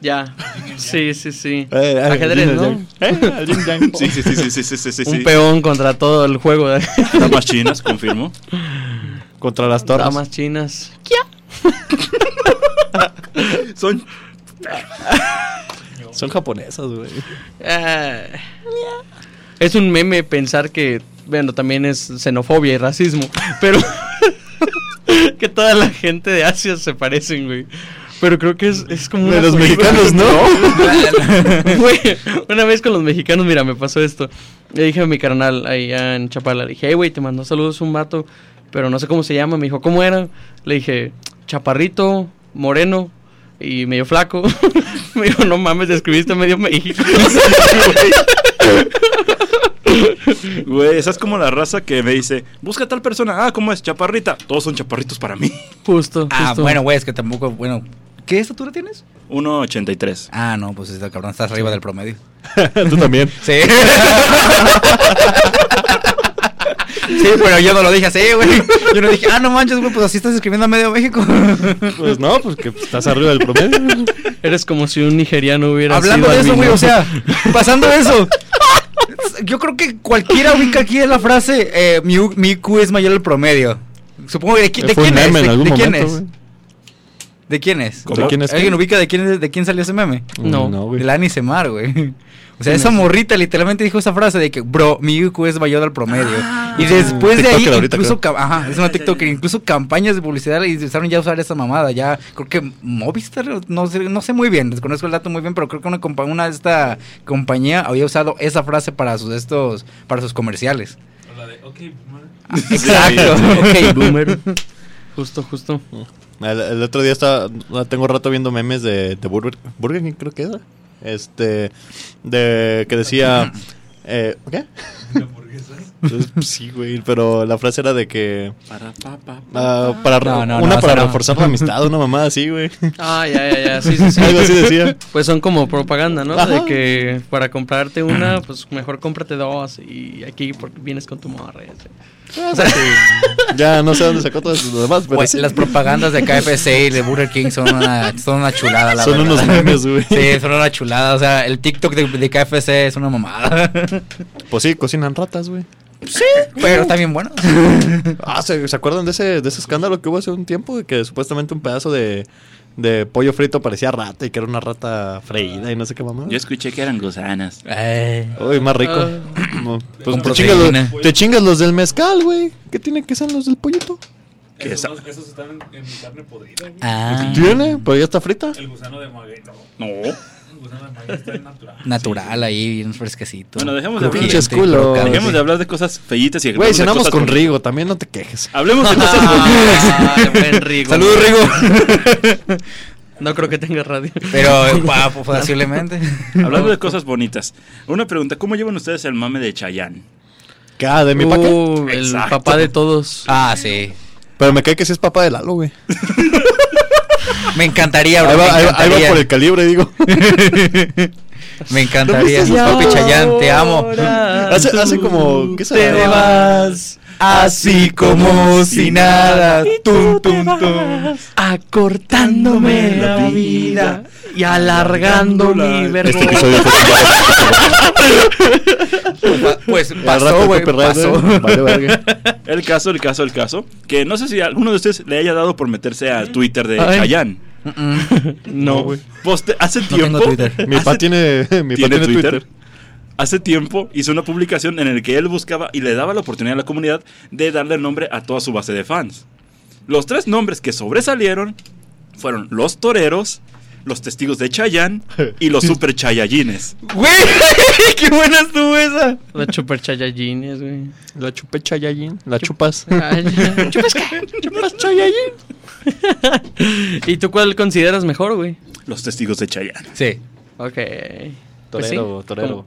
C: Ya. Sí, sí, sí.
B: Eh, eh,
C: Ajedrez,
B: yin
C: ¿no?
B: yang. Eh, al yin yang.
D: Sí, sí, sí, sí, sí, sí, sí, sí.
C: Un peón contra todo el juego de
D: Damas chinas, confirmo.
B: Contra las torres.
C: damas chinas.
D: Son
B: Son japonesas, güey.
C: Ah. Es un meme pensar que, bueno, también es xenofobia y racismo, pero que toda la gente de Asia se parecen, güey. Pero creo que es, es como...
B: De
C: una
B: los
C: cultura-
B: mexicanos, ¿no?
C: Güey, una vez con los mexicanos, mira, me pasó esto. Le dije a mi carnal allá en Chapala, le dije, hey, güey, te mandó saludos un vato, pero no sé cómo se llama. Me dijo, ¿cómo era? Le dije, chaparrito, moreno y medio flaco. me dijo, no mames, describiste medio México.
D: Güey, esa es como la raza que me dice, busca a tal persona, ah, ¿cómo es? Chaparrita. Todos son chaparritos para mí.
C: Justo,
A: Ah,
C: justo.
A: bueno, güey, es que tampoco, bueno. ¿Qué estatura tienes?
D: 1.83.
A: Ah, no, pues está cabrón, estás arriba del promedio.
B: Tú también.
A: Sí. Sí, pero yo no lo dije así, güey. Yo no dije, ah, no manches, güey, pues así estás escribiendo a medio México.
B: Pues no, pues que estás arriba del promedio.
C: Eres como si un nigeriano hubiera
A: Hablando
C: sido
A: de eso, güey,
C: albino.
A: o sea, pasando eso. Yo creo que cualquiera ubica aquí la frase, eh, mi, U- mi IQ es mayor al promedio. Supongo que de, qui- de
B: Eh, Fue un
A: quién es,
B: meme en
A: de,
B: algún
A: de quién
B: momento,
A: es,
B: güey.
A: de quién es.
D: ¿Cómo?
B: quién es
A: ¿Alguien
B: quién?
A: ubica de quién, es- de quién salió ese meme?
C: No.
B: güey.
A: De Lani Semar, güey. O sea, esa morrita literalmente dijo esa frase de que, bro, mi IQ es mayor al promedio. y después de ahí,
B: Ah. TikToker ahorita,
A: incluso, cam- ajá, es una TikToker, incluso campañas de publicidad y empezaron ya a usar esa mamada. Ya, creo que Movistar, no sé, no sé muy bien, desconozco el dato muy bien, pero creo que una, compa- una de esta compañía había usado esa frase para sus estos, para sus comerciales.
E: O la de, ok, boomer.
A: Exacto.
C: Ok, boomer. Justo, justo.
B: El, el otro día estaba, ah, tengo rato viendo memes de, de Burger, Burger King, creo que era. Este, de que decía, eh, ¿qué?
E: Una hamburguesa.
B: Entonces, pues, sí, güey, pero la frase era de que,
D: Para pa, pa, pa.
B: ah, para, re-
A: No, no, no,
B: una para
A: o sea, no.
B: reforzar la amistad, una mamá así, güey.
C: Ah, ya, ya, ya. Sí, sí, sí.
B: Algo así decía.
C: Pues son como propaganda, ¿no? De
B: Ajá.
C: que para comprarte una, pues mejor cómprate dos y aquí porque vienes con tu morra. y así.
B: O sea, que ya no sé dónde sacó todas las demás, pero
A: Güey,
B: sí.
A: Las propagandas de KFC y de Burger King son una, son una chulada, la
B: Son
A: verdad.
B: unos memes, güey.
A: Sí, son una chulada. O sea, el TikTok de, de KFC es una mamada.
B: Pues sí, cocinan ratas, güey.
A: Pero está bien bueno.
B: Ah, ¿se, se acuerdan de ese, de ese escándalo que hubo hace un tiempo? De que supuestamente un pedazo de, de pollo frito parecía rata y que era una rata freída y no sé qué mamá.
D: Yo escuché que eran gusanas.
A: Eh,
B: Uy, más rico.
C: Ah.
B: No,
A: Con
B: pues te chingas,
A: proteína.
B: los, te chingas los del mezcal, güey. ¿Qué tiene que ser los del pollito?
D: ¿Qué
E: Esos,
D: sa-
E: no- esos están en, en mi carne podrida, güey.
A: Ah,
B: ¿Tiene? Pero ya está frita.
E: El gusano de maguey, no.
D: No.
E: El gusano de maguey está natural.
A: natural ahí, bien fresquecito.
D: Bueno, dejemos de
A: Crujiente,
D: hablar
B: Pinches culo.
A: crocante.
D: Dejemos de hablar de cosas feitas y
B: Güey,
D: hablemos de
B: cenamos
D: cosas
B: con
D: bonitas.
B: Rigo, también no te quejes.
D: Hablemos de cosas bonitas.
C: Ah, buen Rigo.
A: Saludos, Rigo.
C: No creo que tenga radio.
A: Pero, pa, pues, posiblemente.
D: Hablando de cosas bonitas. Una pregunta, ¿cómo llevan ustedes el mame de Chayanne?
B: Ah, de mi paca.
C: Uh, el
D: Exacto.
C: papá de todos.
A: Ah, sí.
B: Pero me cae que sí es papá de Lalo, güey.
A: Me encantaría, bro.
B: Ahí va,
A: me
B: ahí va- ahí va
A: encantaría.
B: por el calibre, digo.
A: Me encantaría.
B: ¿No viste
A: Papi Chayán, te amo. Ah.
B: Hace, hace como. ¿Qué
C: Te
B: será?
C: vas
A: Así como si nada. Tum, tum, tum.
C: acortándome la vida y alargando mi
B: Este
C: vergüenza.
B: episodio fue
A: Pues
B: Al rato ¿eh?
A: pasó, güey.
B: copyright,
A: Pasó.
B: güey. Vale, verga.
D: El caso, el caso, el caso. Que no sé si a alguno de ustedes le haya dado por meterse al Twitter de
C: Ay.
D: Chayanne.
C: No, güey.
D: Poste- hace
A: No tengo
D: tiempo.
A: Twitter.
B: Mi
D: hace-
B: papá tiene, mi pa
D: ¿Tiene
B: tiene
D: Twitter?
B: Twitter.
D: Hace tiempo hizo una publicación en la que él buscaba y le daba la oportunidad a la comunidad de darle el nombre a toda su base de fans. Los tres nombres que sobresalieron fueron los toreros, los testigos de Chayán y los super chayallines.
A: ¡Güey! ¡Qué buena estuvo esa!
C: La Super Chayallines, güey.
B: La chupé Chayallín. La chupas.
C: Ay, ya.
B: chupas Chayallín.
C: ¿Y tú cuál consideras mejor, güey?
D: Los testigos de Chayán.
A: Sí.
C: Ok. Pues sí.
B: Torero, torero.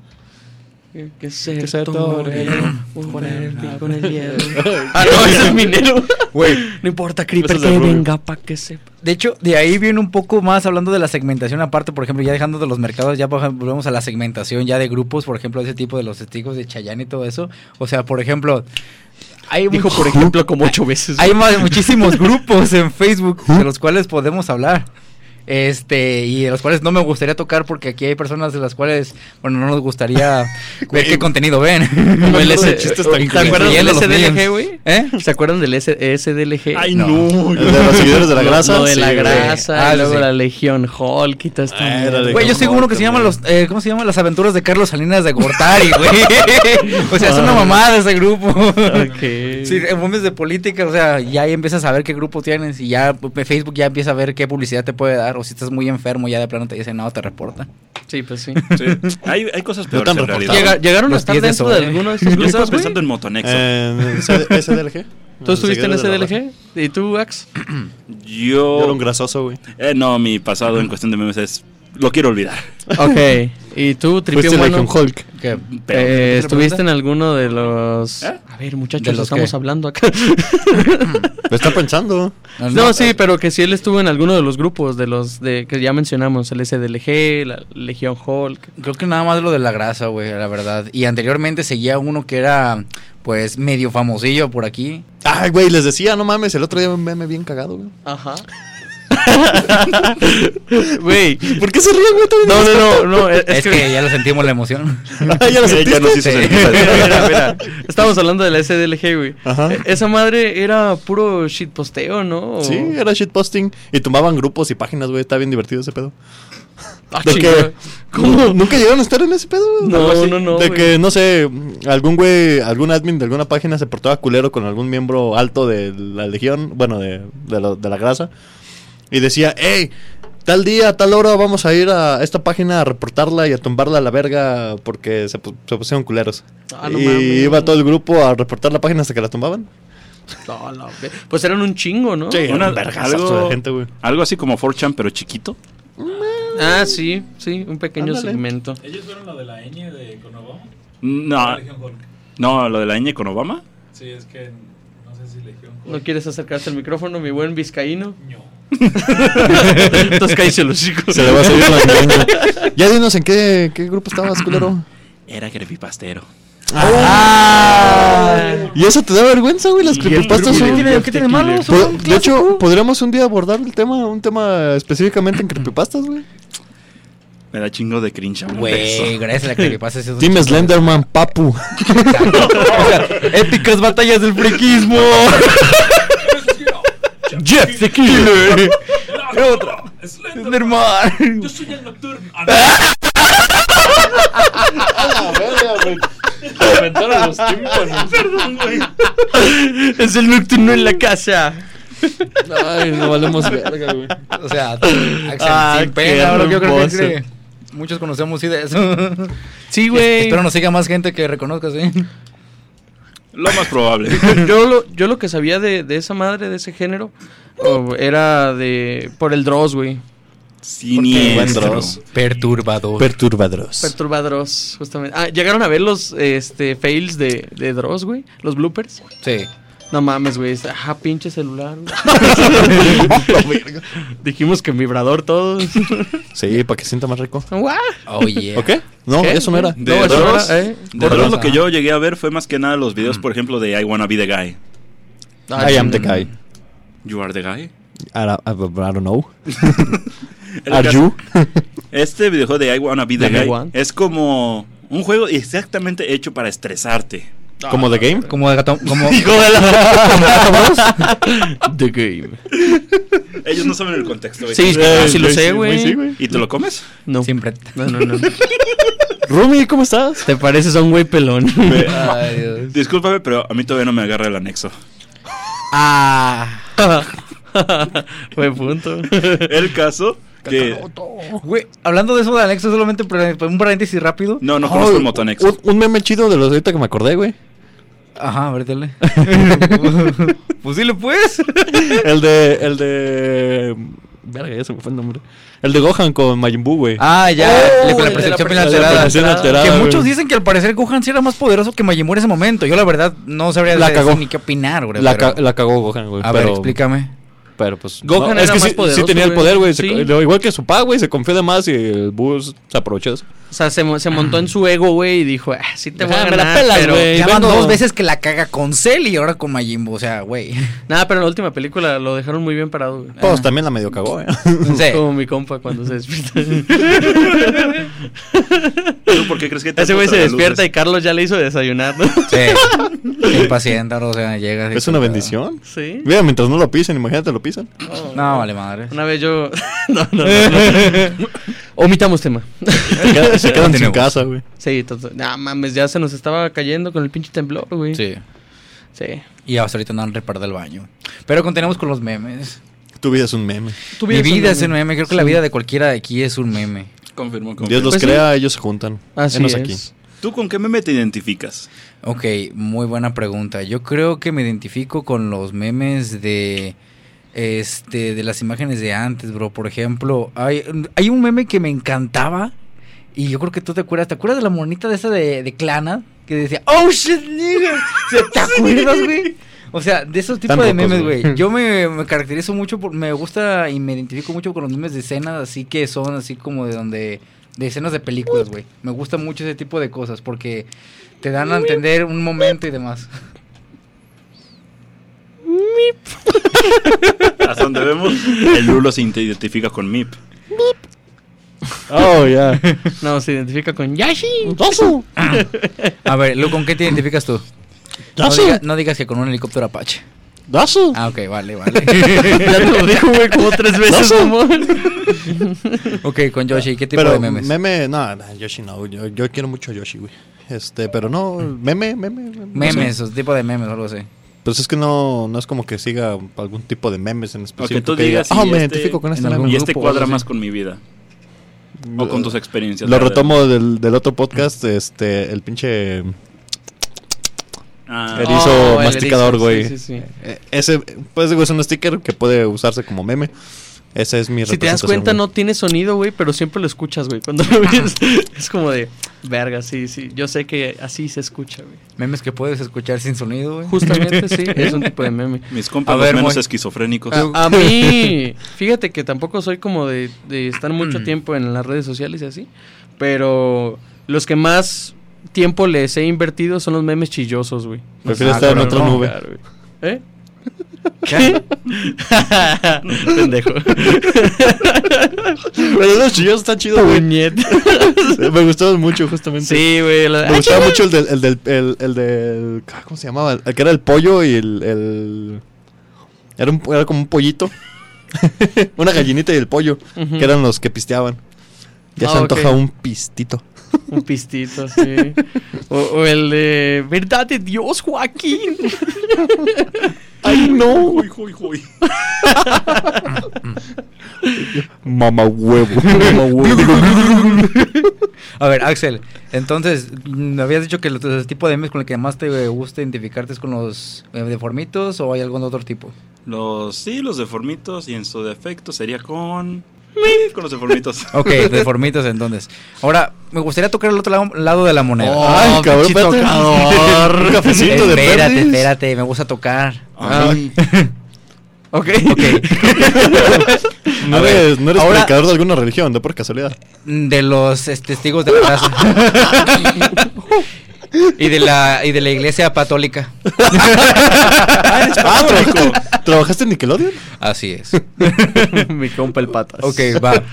C: ¿Qué- ¿Qué ser,
B: ser torero,
C: Un verde con el hierro. ah, no, ese es minero.
A: Güey.
C: No importa, Creeper,
B: Ese es de
C: que
B: Rubio.
C: venga pa' que sepa.
A: De hecho, de ahí viene un poco más hablando de la segmentación aparte, por ejemplo, ya dejando de los mercados, ya por ejemplo, volvemos a la segmentación ya de grupos, por ejemplo, ese tipo de los testigos de Chayanne y todo eso. O sea, por ejemplo, hay
C: Dijo,
A: much-
C: por ejemplo, como ocho veces.
A: hay más- muchísimos grupos en Facebook de los cuales podemos hablar. Este, y de los cuales no me gustaría tocar porque aquí hay personas de las cuales, bueno, no nos gustaría ver qué contenido ven.
C: Como el S-
B: chistes
C: ¿Te
B: tan
C: acuerdas del
A: incluyendo los
C: SDLG,
A: memes.
C: güey?
A: ¿Eh?
C: ¿Se acuerdan del S- SDLG?
D: Ay,
A: No.
D: no.
B: El de los seguidores de la
C: Lo-
B: grasa.
C: Lo de
B: sí,
C: la
B: güey.
C: grasa,
A: Ah,
C: y luego
A: sí.
C: la Legión Hulk y todo esto.
B: Ah, era de-
A: Güey, yo sigo uno que se llama los, eh, ¿cómo se llama? Las aventuras de Carlos Salinas de Gortari, güey. O sea, es una mamada ese grupo.
C: Ok.
A: Sí, eh. en memes de política, o sea, ya ahí empiezas a ver qué grupo tienes y ya pues, Facebook ya empieza a ver qué publicidad te puede dar o si estás muy enfermo ya de plano te dicen, no, te reportan.
C: Sí, pues sí.
D: Sí. Hay, hay cosas peores
B: tan
D: en
B: reportado.
D: realidad.
C: Llega- ¿Llegaron a
A: Los
C: estar
A: pies de
C: dentro
A: sol.
C: de alguno de esos
D: Yo estaba
C: grupos, güey?
D: pensando en Motonexo.
B: Eh, ¿S- ¿SDLG?
C: ¿Tú
B: Los
C: estuviste en
B: seguidores de la grasa.
C: SDLG? ¿Y tú, Ax?
B: Yo era
D: Yo.
B: un grasoso, güey.
D: Eh, no, mi pasado en cuestión de memes es. Lo quiero olvidar.
C: Ok. ¿Y tú, Tripión
B: Fuiste
C: Bueno?
B: Legion Hulk.
A: Que-
D: Pero-
C: Eh,
A: ¿Otra
C: ¿Estuviste
A: pregunta?
C: en alguno de los...?
D: ¿Eh?
C: A ver, muchachos,
A: ¿De los
C: estamos
A: qué?
C: hablando acá.
B: Lo está pensando.
A: no, eh,
C: no, sí, pero que sí él estuvo en alguno de los grupos de los de que ya mencionamos, el SDLG, la Legión Hulk.
A: Creo que nada más lo de la grasa, güey, la verdad. Y anteriormente seguía uno que era, pues, medio famosillo por aquí.
B: Ay, güey, les decía, no mames, el otro día un meme bien cagado, güey.
C: Ajá. Güey.
B: ¿Por qué se ríen, güey? Todavía
C: No,
B: les-
C: no, no, no, es,
A: Es,
C: es que...
A: que ya lo sentimos la emoción.
B: Ah, ya lo
D: Eh,
B: sentiste.
D: ya nos hizo
A: Sí.
D: sentir.
C: Mira, mira, mira. Estamos hablando de la SDLG, güey.
B: Ajá.
C: E- Esa madre era puro shitposteo, ¿no? O-
B: Sí, era shitposting. Y tomaban grupos y páginas, güey. Está bien divertido ese pedo.
C: Ah,
B: ¿De
C: chinga.
B: qué? ¿Cómo? ¿Nunca llegaron a estar en ese pedo?
C: No,
B: Algo así.
C: no, no,
B: De
C: güey.
B: que, no sé, algún güey, algún admin de alguna página se portaba culero con algún miembro alto de la legión, bueno, de, de la- de la grasa. Y decía, hey, tal día, tal hora vamos a ir a esta página a reportarla y a tumbarla a la verga porque se, pu- se pusieron culeros.
C: Ah, no
B: y
C: mames.
B: iba todo el grupo a reportar la página hasta que la tumbaban.
C: No, la ve- Pues eran un chingo, ¿no?
B: Sí.
D: Una-
B: un vergazazo
D: algo,
B: de gente, güey.
D: algo así como 4chan, pero chiquito.
C: Ah, sí, sí, un pequeño
B: Ándale.
C: segmento.
E: Ellos fueron lo de la ñ de con Obama.
D: Mm, No,
E: La Legión Hulk.
D: no, lo de la ñ con Obama.
E: Sí, es que no sé si Legión Hulk.
C: ¿No quieres acercarte al micrófono, mi buen vizcaíno?
E: No.
C: Entonces cállese los chicos.
B: Se le va a salir la ñoña. Ya dinos en qué, qué grupo estabas, culero.
D: Era creepypastero.
C: Ah.
B: Y eso te da vergüenza, güey, las
C: Y el
B: creepypastas
C: grupo
B: son-
C: de
A: tiene- qué tiene de malo?
C: Jeff the
B: Po-
A: Son
B: de hecho, podríamos un día abordar el tema, un tema específicamente en creepypastas, güey.
D: Me da chingo de cringe. hablar de
A: Güey,
D: eso.
A: gracias a la que le pasa eso.
B: Team Slenderman, papu.
A: O sea, épicas batallas del friquismo.
B: Jeff the Killer.
E: ¿Qué otra? Slenderman. Yo soy el nocturno. Ah, no.
C: es el nocturno en la casa.
B: Ay, no valemos verga, güey.
A: O sea, Axel,
C: Ah,
A: sin
C: qué
A: pena, bro, yo creo que
C: hermoso.
A: cree. Muchos conocemos sí de eso.
C: Sí,
A: Y
C: güey.
A: Espero nos siga más gente que reconozca, sí.
D: Lo más probable.
C: yo, lo, yo lo que sabía de, de esa madre, de ese género, oh, era de por el Dross, güey.
D: Siniestro.
B: Encuentros.
A: Perturbador.
B: Perturbadros.
C: Perturba Dross, justamente. Ah, ¿llegaron a ver los este, fails de, de Dross, güey? ¿Los bloopers?
A: sí.
C: No mames, güey. está- Ajá, pinche celular. güey. Dijimos que en vibrador todos.
B: sí, para que sienta más rico.
C: Guau.
A: Oh, yeah.
B: ¿O qué? No,
C: ¿Qué?
B: eso no era.
D: De
C: No, eso no
D: Dross,
C: era, ¿eh?
D: de
A: Dross,
D: Dross lo que
A: ajá.
D: yo llegué a ver fue más que nada los videos, por ejemplo, de I Wanna Be the Guy.
C: Ah,
B: I am the guy.
D: You are the guy.
B: I, don't- I don't know.
D: El
B: Are
D: caso-
B: you?
D: Este videojuego de I Wanna Be the
C: The
D: Guy
C: One.
D: es como un juego exactamente hecho para estresarte.
C: Ah.
B: ¿Como The Game?
A: Como de gato. Como,
B: Hijo de la...
C: The Game.
D: Ellos no saben el contexto. güey.
C: Sí, ah,
B: Eh,
C: sí lo sé,
B: güey, sí,
C: güey.
B: güey.
D: ¿Y te lo comes?
C: No.
A: Siempre.
C: No, no, no.
B: Rumi, ¿cómo estás?
C: Te pareces a un güey pelón.
A: Ay, Dios.
D: ah, Discúlpame, pero a mí todavía no me agarra el anexo.
A: Ah.
C: Buen punto.
D: El caso que...
A: Güey, hablando de eso de anexo, solamente pre- un paréntesis rápido.
D: No, no conozco el motonexo.
B: Un, un meme chido de los ahorita que me acordé, güey.
A: Ajá, a ver, dale. pues dile, pues.
B: El de. El de. Verga, ya se me fue el nombre. El de Gohan con Majin Buu, güey.
A: Ah, ya,
C: Oh,
A: le- con
C: el de
A: la
C: la
A: percepción bien
C: percepción
A: alterada.
B: percepción alterada,
A: Ah. Que
B: güey.
A: muchos dicen que al parecer Gohan sí era más poderoso que Majin Buu en ese momento. Yo la verdad no sabría
B: La
A: decir
B: cagó.
A: ni qué opinar, güey.
B: la,
A: pero-
B: ca- la cagó Gohan, güey.
A: A
B: pero,
A: ver, explícame.
B: Pero pues.
C: Gohan
B: es
C: era
B: que
C: más
B: sí,
C: poderoso,
B: sí tenía el
C: güey.
B: poder, güey. se
C: Sí.
B: co- lo- Igual que su pa, güey. Se confió de más y el Buu se aprovechó de eso.
C: O sea, se, mo- se montó en su ego, güey, y dijo, ah, sí te voy a
B: Ah, me la
C: ganar,
B: pelas,
C: pero...
B: güey. Eh,
A: Ya van
B: vengo-
A: dos veces que la caga con Cell y ahora con Majin Buu. O sea, güey.
C: Nada, pero en la última película lo dejaron muy bien parado, güey.
B: Pues también la medio cagó, güey.
A: Sí.
C: Como mi compa cuando se despierta.
D: ¿Tú por qué crees que te
C: Ese güey se
D: gustan las
C: despierta y
D: luces?
C: Carlos ya le hizo desayunar, ¿no?
A: Sí. Qué paciente, o sea, llega. así
B: Es una
A: con-
B: bendición.
C: Sí.
B: Mira, mientras no lo pisen, imagínate lo pisan.
A: "Ah, No, vale madre.
C: Una vez yo... no, no, no, no. Omitamos tema.
B: Se quedan, se quedan sin
A: Continuemos.
B: casa, güey.
C: Sí, todo. No mames, ya se nos estaba cayendo con el pinche temblor, güey.
A: Sí.
C: Sí.
A: Y hasta ahorita no han reparado el baño. Pero continuamos con los memes.
B: Tu vida es un meme.
A: Mi vida es un meme. Creo que la vida de cualquiera de aquí es un meme.
D: Confirmo, confirmo.
B: Dios los
C: Pues sí.
B: crea, ellos se juntan.
C: Así
B: Enos
C: es.
B: aquí.
D: ¿Tú con qué meme te identificas?
A: Ok, muy buena pregunta. Yo creo que me identifico con los memes de este de las imágenes de antes, bro. Por ejemplo, hay, hay un meme que me encantaba y yo creo que tú te acuerdas. ¿Te acuerdas de la monita de esa de, de Clana? Que decía, oh shit, nigga. O sea, ¿Te acuerdas, güey? O sea, de esos tipos
B: Tan
A: de
B: rocos,
A: memes,
B: güey.
A: güey. Yo me, me caracterizo mucho, por, me gusta y me identifico mucho con los memes de escenas, así que son así como de donde... De escenas de películas, güey. Me gusta mucho ese tipo de cosas porque te dan a entender un momento y demás.
D: Hasta donde vemos, el Lulo se identifica con MIP.
B: Oh, ya.
C: No, se identifica con Yashi.
B: ¡Yasu!
A: A ver, Lu, ¿con qué te identificas tú? No,
B: ¡Yasu!
A: diga- no digas que con un helicóptero Apache.
B: ¡Yasu!
A: Ah, ok, vale, vale.
C: Ya te lo dijo, güey, como tres veces,
B: No sé.
C: amor.
A: ok, con Yoshi, ¿qué tipo
B: pero
A: de memes?
B: Meme, no, no, Yoshi no. Yo, yo quiero mucho a Yoshi, güey. Este, pero no, meme, meme. meme, no sé.
A: memes, o tipo de memes, o algo así.
B: Pues es que no, no es como que siga algún tipo de memes en específico.
D: O que tú
B: diga,
D: digas,
B: "Ah,
D: y
B: me
D: este-
B: identifico con este
A: en
B: meme.
A: algún-
D: Y este
A: grupo,
D: cuadra
A: algo
D: más con mi vida. O con tus experiencias.
B: Lo
D: la verdad.
B: retomo del, del otro podcast, este, el pinche
D: Ah,
B: Erizo
C: el
B: masticador,
C: erizo,
B: güey.
C: Sí, sí, sí.
B: Eh, Ese, pues digo, es un sticker que puede usarse como meme. Ese es mi
C: Si te das
B: representación,
C: cuenta,
B: güey.
C: no tiene sonido, güey, pero siempre lo escuchas, güey. Cuando lo ves, es como de, verga, sí, sí. Yo sé que así se escucha, güey.
A: Memes que puedes escuchar sin sonido, güey.
C: Justamente, sí, es un tipo de meme.
D: mis compas
A: A
D: los
A: ver,
D: menos
A: Moy.
D: esquizofrénicos.
C: A, a mí, fíjate que tampoco soy como de, de estar mucho tiempo en las redes sociales y así, pero los que más tiempo les he invertido son los memes chillosos, güey.
B: Prefiero
A: Ah,
B: estar en
A: claro,
B: otra
A: no,
B: nube.
C: Claro, güey. ¿Eh?
A: ¿Qué?
C: Ah. Pendejo.
B: Pero los chillos están chidos, güey.
C: Puñet.
B: Me gustaron mucho, justamente.
C: Sí, güey. la-
B: Me gustaba mucho el del, el del, el, el del- ah, ¿cómo se llamaba? El que era el pollo y el, el- era, un- era como un pollito, una gallinita y el pollo,
C: Ujú.
B: que eran los que pisteaban. Ya se
C: Ah,
B: antoja
C: ok.
B: un pistito.
C: Un pistito, sí. O, o el de. ¡Verdad de Dios, Joaquín!
B: Ay no,
D: Uy, uy, uy.
B: mamá huevo, mamá
A: A ver, Axel, entonces, me habías dicho que el, el tipo de memes con el que más te eh, gusta identificarte es con los eh, deformitos o hay algún otro tipo?
D: Los, sí, los deformitos y en su defecto sería con... Con los deformitos.
A: Ok, deformitos entonces. Ahora, me gustaría tocar el otro lado, lado de la moneda.
B: Ay, cabrón,
A: pinche
B: espérate.
A: tocador.
B: Un cafecito Oh, de
A: Espérate,
B: perdiz. Ah.
A: espérate, me gusta tocar.
B: Ay.
C: Ok.
B: No
A: A ver,
B: eres, no eres
A: ahora-
B: predicador de alguna religión, no por casualidad.
A: De los este, testigos de la raza. y, de la, y de la iglesia católica.
B: ah, ¿trabajaste, ¿trabajaste en Nickelodeon?
A: Así es.
C: Mi compa el patas.
A: Ok, va.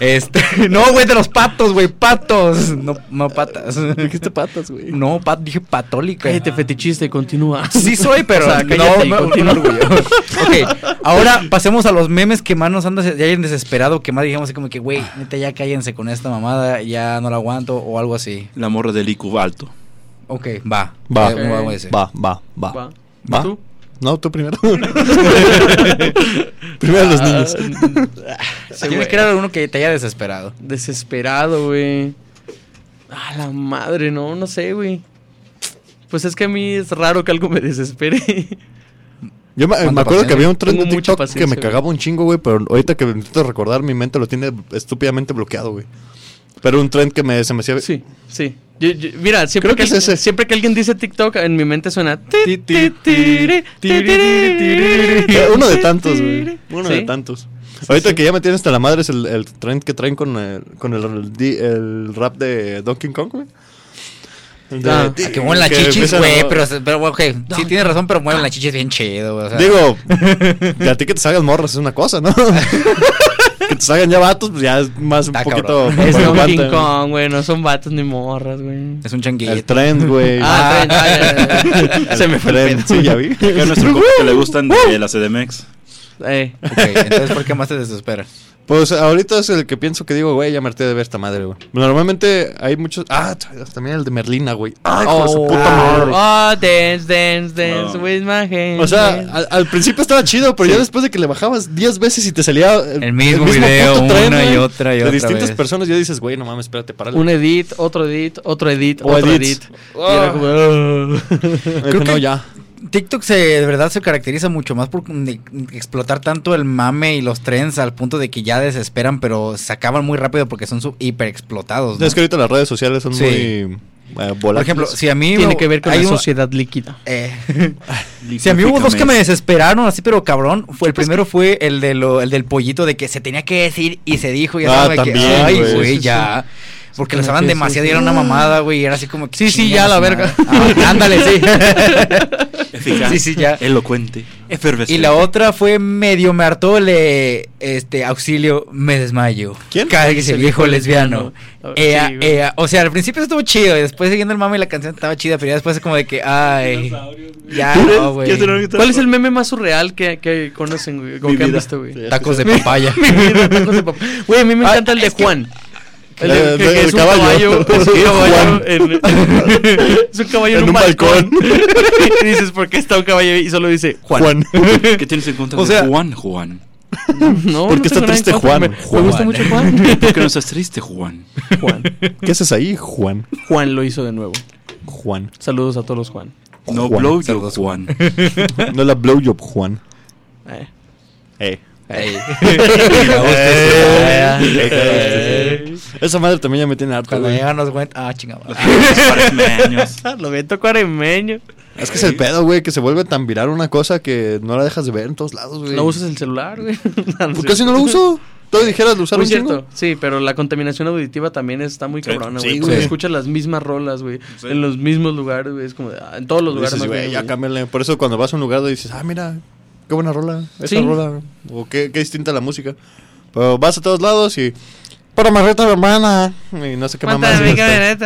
A: Este, no, güey, de los patos, güey, patos. No, no patas.
B: Dijiste patas, güey.
A: No, pat, dije patólica. Ah.
C: Cállate, fetichista, y continúa.
A: Sí soy, pero
C: O sea, cállate y
A: no, no,
C: continúa.
A: no, güey. Ok, ahora pasemos a los memes que más nos han des- ya hayan desesperado, que más dijimos así como que, güey, neta, ya cállense con esta mamada, ya no la aguanto o algo así.
D: La morra del IQ alto.
A: Ok, va.
B: Va,
A: Eh, vamos a ese.
B: va, va, va,
C: Va.
B: ¿Va?
C: ¿Tú?
B: No, tú primero. primero
C: Ah,
B: los niños.
A: Tienes que era uno que te haya desesperado.
C: Desesperado, güey. A la madre, no, no sé, güey. Pues es que a mí es raro que algo me desespere.
B: Yo me, me
A: Cuánta
B: acuerdo
A: paciencia.
B: que había un tren de
C: Tengo mucha
B: TikTok que me
C: paciencia,
B: cagaba un chingo, güey, pero ahorita que intento recordar, mi mente lo tiene estúpidamente bloqueado, güey. Pero un tren que me, se me hacía...
C: Sí, sí. Yo- yo- mira, siempre
B: Creo que es ese.
C: siempre que alguien dice TikTok, en mi mente suena.
B: Ti, ti, ti, Eh, Uno de tantos, güey. Uno de
C: Sí.
B: tantos. Ahorita
C: sí.
B: que ya me tienes hasta la madre es el, el tren que traen con el, con el, el di- el rap de Donkey Kong, güey. El de-
C: Ah,
A: Que mueven las
B: que
A: chichis,
B: empiezan a-
A: güey, pero, pero ok, sí tienes razón, pero mueven las chichis bien chido, güey. o sea.
B: Digo, que a ti que te salgan morras es una cosa, ¿no? que te salgan ya vatos, pues ya es más un
A: Está
B: poquito...
A: cabrón.
C: Es
B: bueno,
C: Donkey
B: aguanta.
C: Kong, güey. No son vatos ni morras, güey.
A: es un changuito.
B: El tren, güey.
C: Ah,
A: Ah.
C: tren, ah, ya, ya, ya.
B: El
C: Se me fue el
B: tren,
C: pedo.
B: Sí, ya vi.
D: Que a nuestro compa que le gustan de la CDMX.
C: Eh,
A: Ok, entonces, ¿por qué más te desespera?
B: Pues ahorita es el que pienso que digo, güey, ya me harté de ver esta madre, güey. Normalmente hay muchos. Ah, también el de Merlina, güey. Ay, hijo de su puta
D: ah,
B: madre.
C: Oh, dance, dance, dance
D: No.
C: with my hand.
B: O sea, al, al principio estaba chido, pero ya después de que le bajabas 10 veces y te salía el,
A: mismo video,
B: puto
A: una y
B: güey,
A: otra y
B: de
A: otra
B: distintas
A: vez.
B: personas, ya dices, güey, no mames, espérate, párale.
C: un edit, otro edit, otro edit,
B: O
C: otro
B: edits.
C: edit. Y era como, "Ah".
B: Creo
A: que-
B: que no, ya.
A: TikTok se, de verdad se caracteriza mucho más por mm, explotar tanto el mame y los trends al punto de que ya desesperan, pero se acaban muy rápido porque son sub- hiper explotados. ¿no?
B: Es que ahorita las redes sociales son
A: Sí.
B: muy eh, volátiles.
A: Por ejemplo, si a mí.
C: Tiene que ver con
A: hay
C: la
A: un-
C: sociedad líquida.
A: eh, si a mí hubo dos que me desesperaron, así, pero cabrón. Fue, el primero fue el, de lo, el del pollito de que se tenía que decir y se dijo. Y
B: Ah,
A: sabe que,
B: también,
A: ay,
B: güey.
A: güey,
C: Sí, sí,
A: ya. Porque lo
C: Como
A: usaban
C: que sí,
A: demasiado y
C: sí.
A: era una mamada, güey. Y era así como que.
C: Sí, sí,
A: chingue
C: ya,
A: su
C: la
A: madre.
C: verga.
A: Ah, ándale, sí.
D: Eficaz,
A: Sí, sí, ya.
D: elocuente, efervescente.
A: Y la otra fue medio me hartó le este auxilio me desmayo.
B: ¿Quién?
A: Cállese
C: El
A: viejo
C: viejo
A: lesbiano.
C: lesbiano.
A: Ea,
C: Sí, güey.
A: ea. O sea, al principio estuvo chido, y después siguiendo el mame la canción estaba chida, pero ya después es como de que ay, ya no, güey.
C: ¿Cuál es el meme más surreal que, que conocen, güey? Como
D: Mi
C: que han
D: vida.
C: visto, güey.
A: Tacos de papaya.
C: Mi vida, tacos de pap- Güey, a mí me
A: Ah,
C: encanta el de Juan. El de-
B: Eh,
C: que-
B: el
C: que es un
B: caballo.
C: caballo. Es un
B: Sí, Juan.
C: caballo en- es un caballo en un balcón. Y dices, ¿por qué está un caballo ahí? Y solo dice, Juan.
B: Juan.
D: ¿Qué tienes en contra
A: O sea-
D: de Juan, Juan?
C: No,
B: ¿Por qué está
C: tengo nada en
B: triste
C: contra.
B: Juan?
C: Me, me gusta
A: Juan.
C: mucho Juan.
D: ¿Por qué no estás triste, Juan?
C: Juan.
B: ¿Qué haces ahí, Juan?
C: Juan lo hizo de nuevo.
B: Juan.
C: Saludos a todos los Juan.
D: No
B: Juan.
D: blow you, Juan.
B: No la blowjob, Juan.
C: Eh.
B: Eh.
A: Ey.
B: Eh. Eh. Esa madre también ya me tiene harto,
A: Cuando
B: güey.
A: llegan los güeyes, ah, chingada.
D: Cuaresmeños.
C: Lo vento cuaremeño.
B: Es que es el pedo, güey, que se vuelve tan viral una cosa que no la dejas de ver en todos lados, güey.
C: No usas el celular, güey. No, no es
B: Pues casi
C: cierto.
B: no lo uso. Tú dijeras de usar
C: Muy
B: un
C: cierto,
B: chingo.
C: sí, pero la contaminación auditiva también está muy cabrona,
D: sí,
C: güey.
B: güey.
C: porque
B: Sí.
C: escuchas las mismas rolas, güey.
D: Sí.
C: En los mismos lugares, güey. Es como de, ah, en todos los lugares.
B: Dices,
C: más
B: güey,
C: bien,
B: ya
C: güey.
B: cámbiale. Por eso cuando vas a un lugar dices, ah, mira, qué buena rola. Esa
C: Sí.
B: rola. O qué, qué distinta la música. Pero vas a todos lados y... Para marreta mi hermana. Y no sé qué este. mamá.
C: Sí. pues,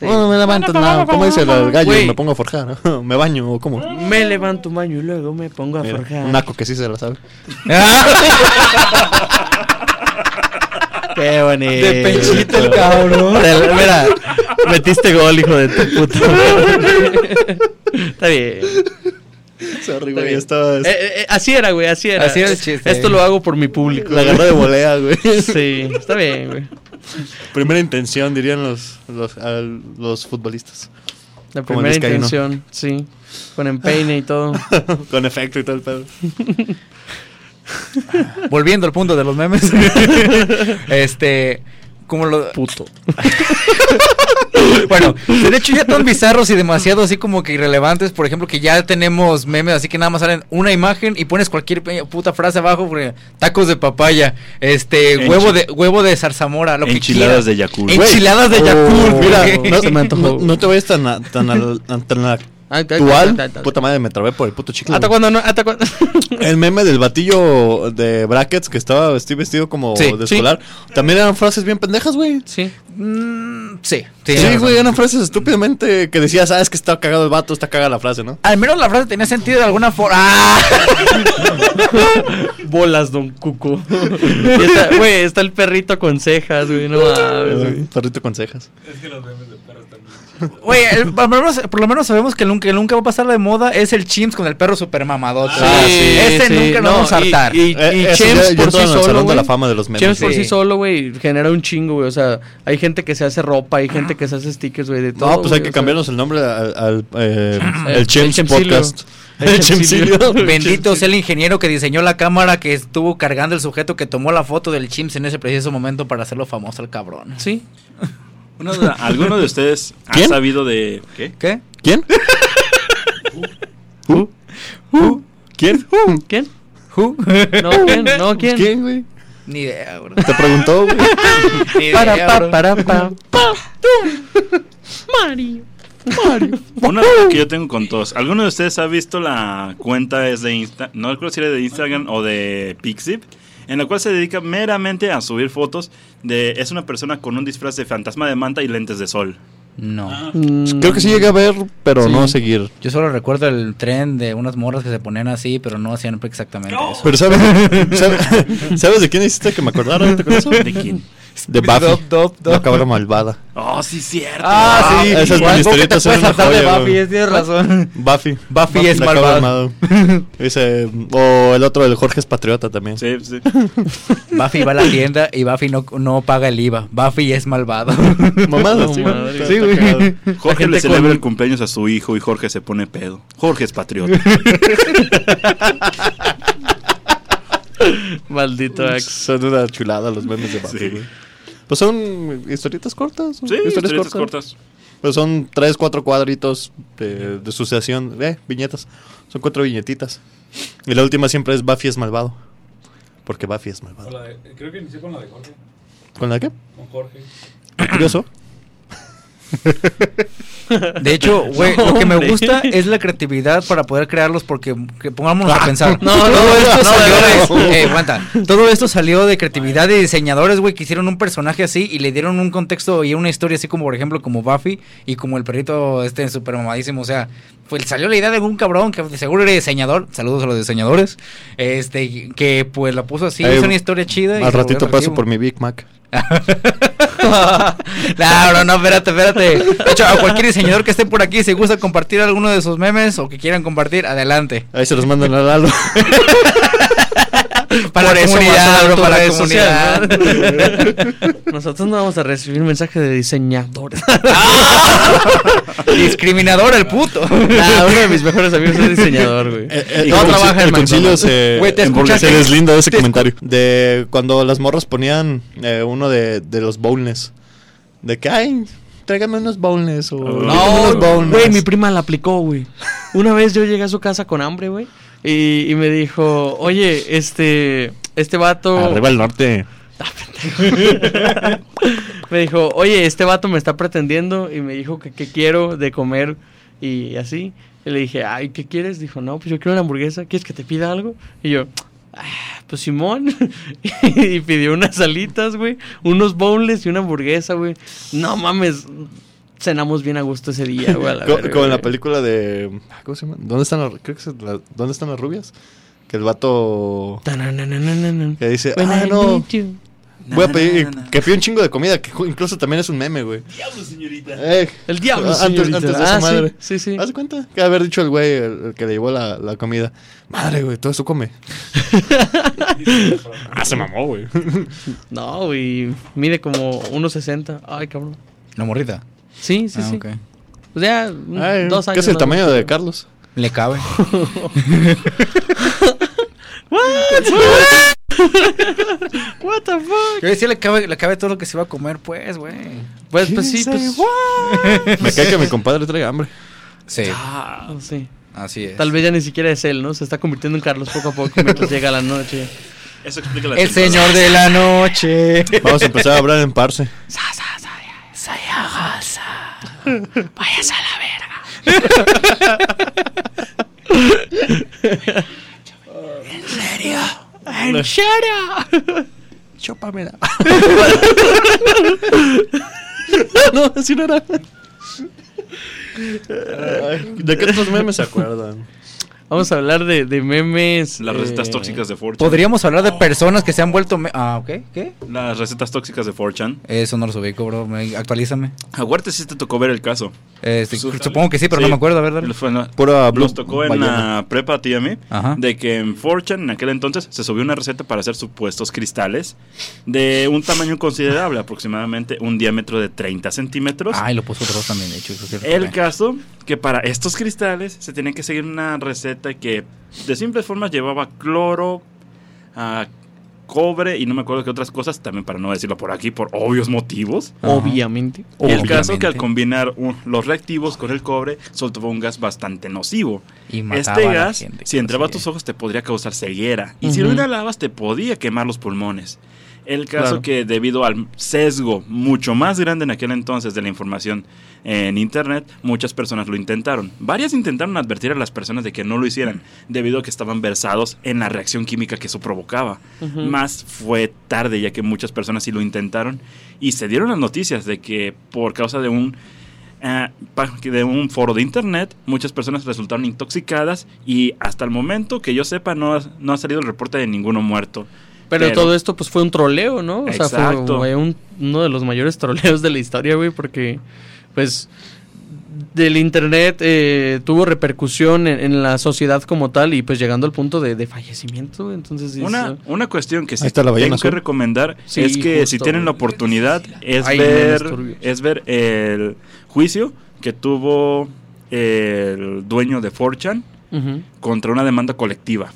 B: Bueno, me levanto, no. ¿Cómo dice el gallo?
C: Güey.
B: Me pongo a forjar. ¿no? me baño o cómo.
C: Me levanto un baño y luego me pongo a
B: Mira,
C: forjar.
B: un naco que sí se la sabe.
C: Qué bonito.
A: De pechito el cabrón.
C: Te- Mira, metiste gol, hijo de tu puta. madre. Está bien.
B: Sorry,
C: Está
B: güey.
C: bien.
B: Estaba...
C: Eh, eh, eh, así era, güey, así era.
A: Así era el chiste.
C: Esto lo hago por mi público.
B: La agarró de volea, güey.
C: Sí, está bien, güey.
B: Primera intención, dirían los, los, al- los futbolistas.
C: La
B: Como el
C: primera
B: vizcaíno.
C: intención, sí. Con empeine y todo.
B: Con efecto y todo el pedo.
A: Volviendo al punto de los memes. este, como lo
C: Puto.
A: Bueno, de hecho ya tan bizarros y demasiado así como que irrelevantes, por ejemplo, que ya tenemos memes, así que nada más salen una imagen y pones cualquier pe- puta frase abajo, por ejemplo, tacos de papaya, este,
D: Enchi-
A: huevo de huevo de zarzamora, lo
D: Enchiladas
A: que
D: de Yakult.
A: Enchiladas de Yakult,
B: Oh. mira,
A: güey.
B: no,
C: Se me antojó.
B: no- no te vayas tan, a- tan, al- tan, a-
C: Ay, ay,
B: Tual,
C: ay, ay, ay.
B: puta madre, me trabé por el puto chicle.
C: Hasta
B: güey.
C: cuando no, hasta cuando.
B: El meme del batillo de brackets que estaba estoy vestido como
A: Sí,
B: de
C: sí.
B: escolar. También eran frases bien pendejas, güey.
C: sí.
A: Mm, sí, sí,
B: Sí,
A: razón.
B: güey, eran frases estúpidamente que decías, ah, es que está cagado el vato, está cagada la frase, ¿no?
A: Al menos la frase tenía sentido de alguna forma. ¡Ah!
C: Bolas, don Cuco. Y está- Güey, está el perrito con cejas, güey. No mames, güey.
B: Un perrito con cejas.
E: Es que los memes de perros están bien chidos.
A: Güey, el- por, lo menos- por lo menos sabemos que nunca, que nunca va a pasar de moda es el Chimps con el perro super mamadote.
B: Ah, sí,
A: Ese
C: sí.
A: nunca lo
C: No,
A: vamos a
C: y-
A: hartar.
C: Y, y
B: Eh, eso
C: Chems
B: ya- ya
C: por
B: entró
C: sí
B: en el
C: solo.
B: Salón de la
C: güey.
B: fama de los memes.
C: Chems por
A: Sí.
C: sí solo, güey, genera un chingo, güey. O sea, hay gente que se hace ropa, hay gente que se hace stickers, güey, de todo.
B: No, pues hay
C: güey,
B: que
C: o sea.
B: cambiarnos el nombre al, al, eh,
C: el
B: el Chems
C: Chemsilio.
B: Podcast.
C: El
B: El
C: Chemsilio.
B: Chemsilio.
A: Bendito sea el ingeniero que diseñó la cámara que estuvo cargando el sujeto que tomó la foto del Chimps en ese preciso momento para hacerlo famoso al cabrón.
C: Sí.
D: Una duda, ¿Alguno de ustedes ha
B: ¿Quién?
D: sabido de qué?
A: ¿Qué?
B: ¿Quién? ¿Who? ¿Who? ¿Quién? Pues,
C: ¿Quién?
A: ¿Who?
C: No, ¿quién? No, ¿quién?
B: ¿Quién, güey?
A: Ni idea, bro.
B: Te preguntó, güey.
A: Ni idea,
C: Para, pa,
A: bro.
C: para, pa.
D: Una duda que yo tengo con todos. ¿Alguno de ustedes ha visto la cuenta es de Insta, no recuerdo si era de Instagram o de Pixip, en la cual se dedica meramente a subir fotos de es una persona con un disfraz de fantasma de manta y lentes de sol.
A: No.
B: Creo
C: Mm,
B: que sí llegué a ver, pero
C: Sí.
B: no a seguir.
A: Yo solo recuerdo el tren de unas morras que se ponían así, pero no hacían exactamente
E: No.
A: eso.
B: Pero ¿sabes, sabes, sabes de quién hiciste que me acordara ahorita con eso?
D: ¿De quién?
B: De Buffy. La cabra malvada.
D: Oh, sí cierto.
B: Ah, sí. Esas
A: Igual, ¿cómo que
B: historietas
A: te puedes
B: eran una
A: saltar de
B: joya,
A: Buffy?
B: güey.
A: Es- Tienes razón.
B: Buffy.
A: Buffy es
B: la cabra
A: malvada.
B: malvada. Dice, o el otro, el Jorge es patriota también.
D: Sí, sí.
A: Buffy va a la tienda y Buffy no, no paga el IVA. Buffy es malvado.
B: Mamada,
C: No,
B: sí.
C: madre.
B: Está-
C: Sí,
B: está cagado.
D: Jorge
C: gente
D: le celebra
C: con-
D: el cumpleaños a su hijo y Jorge se pone pedo. Jorge es patriota.
C: Maldito ex.
B: Son una chulada los memes de Buffy,
D: Sí.
B: güey. Pues son historietas cortas.
D: Sí, historias cortas.
B: Pues son tres, cuatro cuadritos de, de sucesión. Eh, viñetas. Son cuatro viñetitas. Y la última siempre es Buffy es malvado. Porque Buffy es
E: O
B: malvado.
E: la de- Creo que inicié con la de Jorge.
B: ¿Con la qué?
E: Con Jorge.
B: Curioso.
A: De hecho, güey,
C: No,
A: lo que me
C: hombre.
A: gusta es la creatividad para poder crearlos porque que pongámonos a pensar.
C: no,
A: todo
C: no,
A: esto
C: no,
A: salió
B: no.
A: de, eh, aguanta. Todo esto salió de creatividad de diseñadores, güey, que hicieron un personaje así y le dieron un contexto y una historia así como por ejemplo como Buffy y como el perrito este super mamadísimo, o sea, pues salió la idea de un cabrón que de seguro era diseñador, saludos a los diseñadores, este que pues la puso así,
B: Ey,
A: hizo una historia chida y
B: Al
A: se volvió
B: ratito paso
A: atractivo.
B: por mi Big Mac.
A: no, bro, no, espérate, espérate. De hecho, a cualquier diseñador que esté por aquí, si gusta compartir alguno de sus memes o que quieran compartir, adelante.
B: Ahí se los mandan a Lalo.
A: Para
C: Por
A: la
C: eso
A: comunidad,
C: mandaron
A: bro,
C: tu
A: para la
C: red social,
A: comunidad.
C: Nosotros no vamos a recibir mensaje de diseñadores.
A: Discriminador el puto.
C: Ah, uno de mis mejores amigos es diseñador, güey.
B: Eh, eh, el
C: Y no
B: concil-
C: trabaja en
B: el concilio
C: McDonald's.
B: se,
A: Güey, te
B: en Burger-
A: escuchaste-
B: se deslinda de ese
A: te escu-
B: comentario. De cuando las morras ponían eh, uno de, de los bowls. De que, ay, tráigame unos bowls. O,
A: Oh,
B: "Quítame
C: No,
B: unos bowls".
C: güey, mi prima la aplicó, güey. Una vez yo llegué a su casa con hambre, güey, y, y me dijo, oye, este, este vato...
B: Arriba el norte.
C: me dijo, oye, este vato me está pretendiendo y me dijo que qué quiero de comer y así. Y le dije, ay, ¿qué quieres? Dijo, no, pues yo quiero una hamburguesa. ¿Quieres que te pida algo? Y yo, "Ah, pues Simón. y pidió unas alitas, güey, unos bowls y una hamburguesa, güey. No mames, cenamos bien a gusto ese día, güey. a la
B: Co-
C: verga,
B: como en la
C: güey.
B: película de. ah, ¿Cómo se llama? ¿Dónde están las, creo que se- la- ¿dónde están las rubias? Que el vato.
C: Tanananananan.
B: Que dice,
C: When
B: ah,
C: I
B: no.
C: need you.
B: Voy a pedir. eh, Que pide un chingo de comida, que ju- incluso también es un meme, güey.
E: Diablo, señorita.
B: Eh,
C: El diablo,
B: Antes-
C: señorita.
B: antes de
C: Ah,
B: esa
C: sí,
B: madre.
C: Sí, sí.
B: ¿Haz de cuenta? Que haber dicho el güey, el, el que le llevó la, la comida. Madre, güey, todo eso come. Ah, se mamó, güey.
C: No, güey, mide como 1.60. Ay, cabrón.
A: La morrita.
C: Sí, sí,
A: Ah,
C: sí.
A: ok.
C: Pues ya,
B: Ay,
C: dos años.
B: ¿Qué es el
C: ¿no?
B: tamaño de Carlos?
A: Le cabe.
C: What the fuck?
A: Yo decía le cabe, le cabe todo lo que se iba a comer, pues, güey.
C: Pues, pues sí,
B: Say
C: pues.
B: Me cae que mi compadre trae hambre.
A: Sí,
C: Ah, sí.
A: así es.
C: Tal vez ya ni siquiera es él, ¿no? Se está convirtiendo en Carlos poco a poco mientras llega la noche.
D: Eso explica la
A: El
D: temporada.
A: señor de la noche.
B: Vamos a empezar a hablar en parse.
A: Vayas a la verga. ¿En serio? ¿En serio?
B: Chópamela. no, así no era. Ay, ¿De qué otros memes se acuerdan?
C: Vamos a hablar de, de memes.
D: Las
C: eh,
D: recetas tóxicas de 4chan.
A: Podríamos hablar de personas que se han vuelto. me- ah, ok, ¿qué?
D: Las recetas tóxicas de 4chan.
A: Eso no los ubico, bro. Me- Actualízame.
D: Aguarte si te tocó ver el caso.
A: Este,
D: Su-
A: supongo que sí, pero no me acuerdo. A ver, dale.
D: Los, fue- no,
B: Pura
D: los
B: Blue-
D: tocó en
B: ballena.
D: la prepa a ti y a mí.
A: Ajá.
D: De que en 4chan en aquel entonces se subió una receta para hacer supuestos cristales de un tamaño considerable, aproximadamente un diámetro de 30 centímetros.
A: Ay, lo puso otro también, de hecho. eso es cierto.
D: El
A: Ok.
D: caso que para estos cristales se tenía que seguir una receta que de simples formas llevaba cloro, ah, cobre y no me acuerdo qué otras cosas, también para no decirlo por aquí, por obvios motivos.
A: Ajá.
C: Obviamente.
D: El caso que al
A: Obviamente.
D: combinar un- los reactivos con el cobre soltaba un gas bastante nocivo.
A: Y mataba
D: Este
A: a la
D: gas,
A: gente,
D: si entraba a
A: sí.
D: tus ojos, te podría causar ceguera. Y si lo
C: Ujú.
D: inhalabas, te podía quemar los pulmones. El caso
C: Claro.
D: que debido al sesgo mucho más grande en aquel entonces de la información en Internet, muchas personas lo intentaron. Varias intentaron advertir a las personas de que no lo hicieran, debido a que estaban versados en la reacción química que eso provocaba.
C: Ujú.
D: Más fue tarde, ya que muchas personas sí lo intentaron y se dieron las noticias de que por causa de un eh, pa- que de un foro de internet, muchas personas resultaron intoxicadas y hasta el momento que yo sepa no ha, no ha salido el reporte de ninguno muerto.
C: Pero,
D: Pero-
C: todo esto pues fue un troleo, ¿no? O sea, fue
D: Exacto.
C: güey, un- uno de los mayores troleos de la historia, güey, porque pues del internet eh, tuvo repercusión en, en la sociedad como tal y pues llegando al punto de, de fallecimiento, güey, entonces... sí,
D: Una,
C: eso-
D: una cuestión que sí
B: Ahí está la ballena
D: tengo que
B: azul.
D: recomendar
C: Sí,
D: es que si
C: justo,
D: tienen la
C: güey.
D: oportunidad es
C: Ay,
D: ver
C: memes turbios.
D: es ver el juicio que tuvo el dueño de 4chan
C: uh, Ujú.
D: contra una demanda colectiva.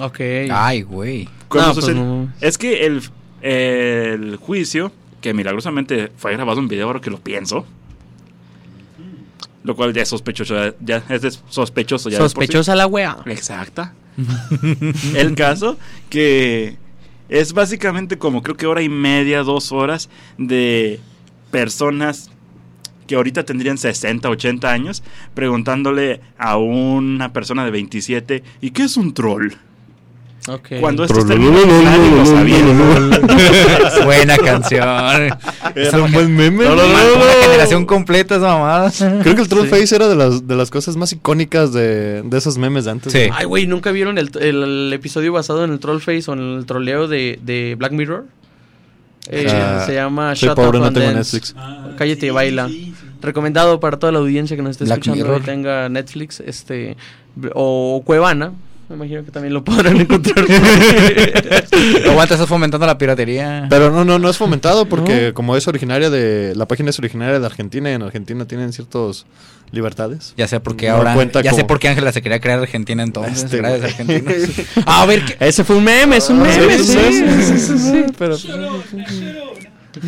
C: Ok.
D: Ah,
A: Ay, güey.
D: ¿Cómo
C: No, pues,
D: sucede?
C: no.
D: Es que el, el juicio, que milagrosamente fue grabado en video ahora que lo pienso, lo cual ya es sospechoso, ya, ya es des- sospechoso. pues Ya de por sí.
C: Sospechosa la wea.
D: Exacta. el caso que es básicamente como creo que hora y media, dos horas de personas que ahorita tendrían 60, 80 años preguntándole a una persona de 27, ¿y qué es un troll?
C: Ok.
D: Cuando este estos términos nadie lo sabía.
A: Buena canción.
B: Era un buen meme.
A: No, no, no,
B: güey.
A: no. Una generación completa esa mamada.
B: Creo que el troll face era de las, de las cosas más icónicas de, de esos memes de antes.
A: Sí.
B: güey.
C: Ay, güey, ¿nunca vieron el, el episodio basado en el troll face o en el troleo de, de Black Mirror? Eh,
B: Ah,
C: se llama
B: Soy
C: Shut
B: pobre,
C: Up
B: no
C: and
B: tengo
C: Dance.
B: Netflix.
E: Ah,
C: Cállate y baila. Recomendado para toda la audiencia que nos esté
A: Black
C: escuchando
A: Mirror.
C: y tenga Netflix este o Cuevana. Me imagino que también lo podrán encontrar.
A: No aguanta, estás fomentando la piratería.
B: Pero no, no, no es fomentado porque como es originaria de... La página es originaria de Argentina y en Argentina tienen ciertas libertades.
A: Ya sé por qué
B: No
A: ahora.
B: cuenta
A: Ya sé
B: como-
A: por qué Ángela se quería crear Argentina entonces.
B: Este,
A: gracias,
B: güey.
A: Argentina. A ver, ¿qué?
C: Ese fue un meme, es un meme.
B: Ah, Sí,
C: Sí,
B: sí, sí, sí,
C: sí, sí.
B: Pero...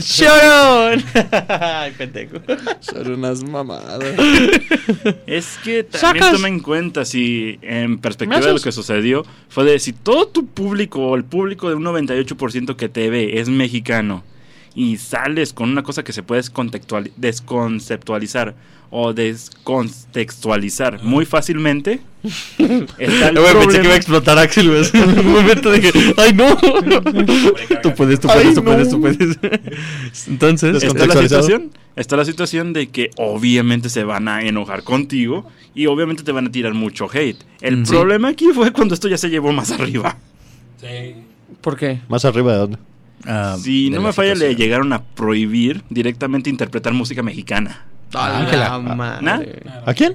C: Sharon. Ay, pendejo.
B: Son unas mamadas.
D: Es que también
C: Sacas.
D: toma en cuenta si en perspectiva de lo
C: Machos.
D: que sucedió fue de si todo tu público o el público de un 98% que te ve es mexicano y sales con una cosa que se puede descontextuali- desconceptualizar o descontextualizar muy fácilmente. está el
C: Yo pensé
D: problema.
C: que iba a explotar Axel, güey. En un momento dije, ay no. tú puedes, tú puedes, tú puedes, tú puedes. Entonces,
D: está la
B: Descontextualizado.
D: situación está la situación de que obviamente se van a enojar contigo y obviamente te van a tirar mucho hate el
A: Mm. Sí.
D: problema aquí fue cuando esto ya se llevó más arriba
E: Sí.
C: ¿por qué?
B: Más arriba de dónde.
A: Ah,
D: Si
A: de
D: no
A: la
D: me falla, le
A: situación.
D: llegaron a prohibir directamente interpretar música mexicana.
A: Ah,
C: Ángela.
A: Ángela.
C: madre.
B: ¿A quién?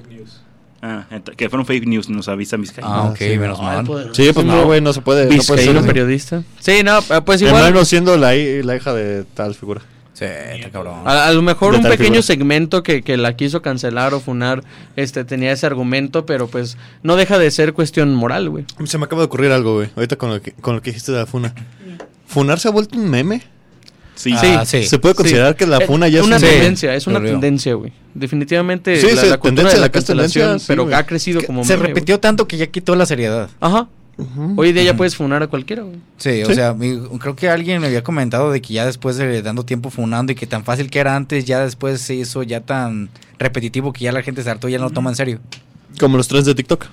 D: Ah, ent- que fueron fake news, nos avisa mis caídos.
A: Ah, ok,
B: sí.
A: menos mal.
B: Sí, pues no, güey, no se puede. No puede
C: Vizcaíno
B: ser, güey.
C: periodista. Sí, no, eh, pues
B: Y
C: igual.
B: menos siendo la, hi- la hija de tal figura.
A: Sí, está cabrón.
D: Ah,
C: A, a lo mejor
B: De
C: un
B: tal
C: pequeño
B: figura.
C: segmento que, que la quiso cancelar o funar este, tenía ese argumento, pero pues no deja de ser cuestión moral, güey.
B: Se me acaba de ocurrir algo, güey. Ahorita con lo que, con lo que dijiste de la funa. ¿Funar se ha vuelto un meme?
D: Sí,
A: Ah, sí.
B: ¿Se puede considerar que la
C: Eh,
B: funa ya es
C: una
B: un
A: sí.
B: meme?
C: tendencia, es
A: lo
C: una
A: veo.
C: tendencia, güey. Definitivamente
B: Sí,
C: la,
B: sí,
C: la cultura
B: tendencia
C: de
B: de
C: la
B: acá es
C: cancelación,
B: tendencia, sí,
C: pero
B: güey.
C: ha crecido como
A: se
C: meme,
A: repitió tanto que ya quitó la seriedad.
C: güey. Ajá. Hoy día ya puedes funar a cualquiera, güey.
A: Sí, o
B: Sí.
A: sea, mi- creo que alguien me había comentado de que ya después de dando tiempo funando y que tan fácil que era antes, ya después se hizo ya tan repetitivo que ya la gente se hartó y ya no lo toma en serio.
B: Como los tres de TikTok.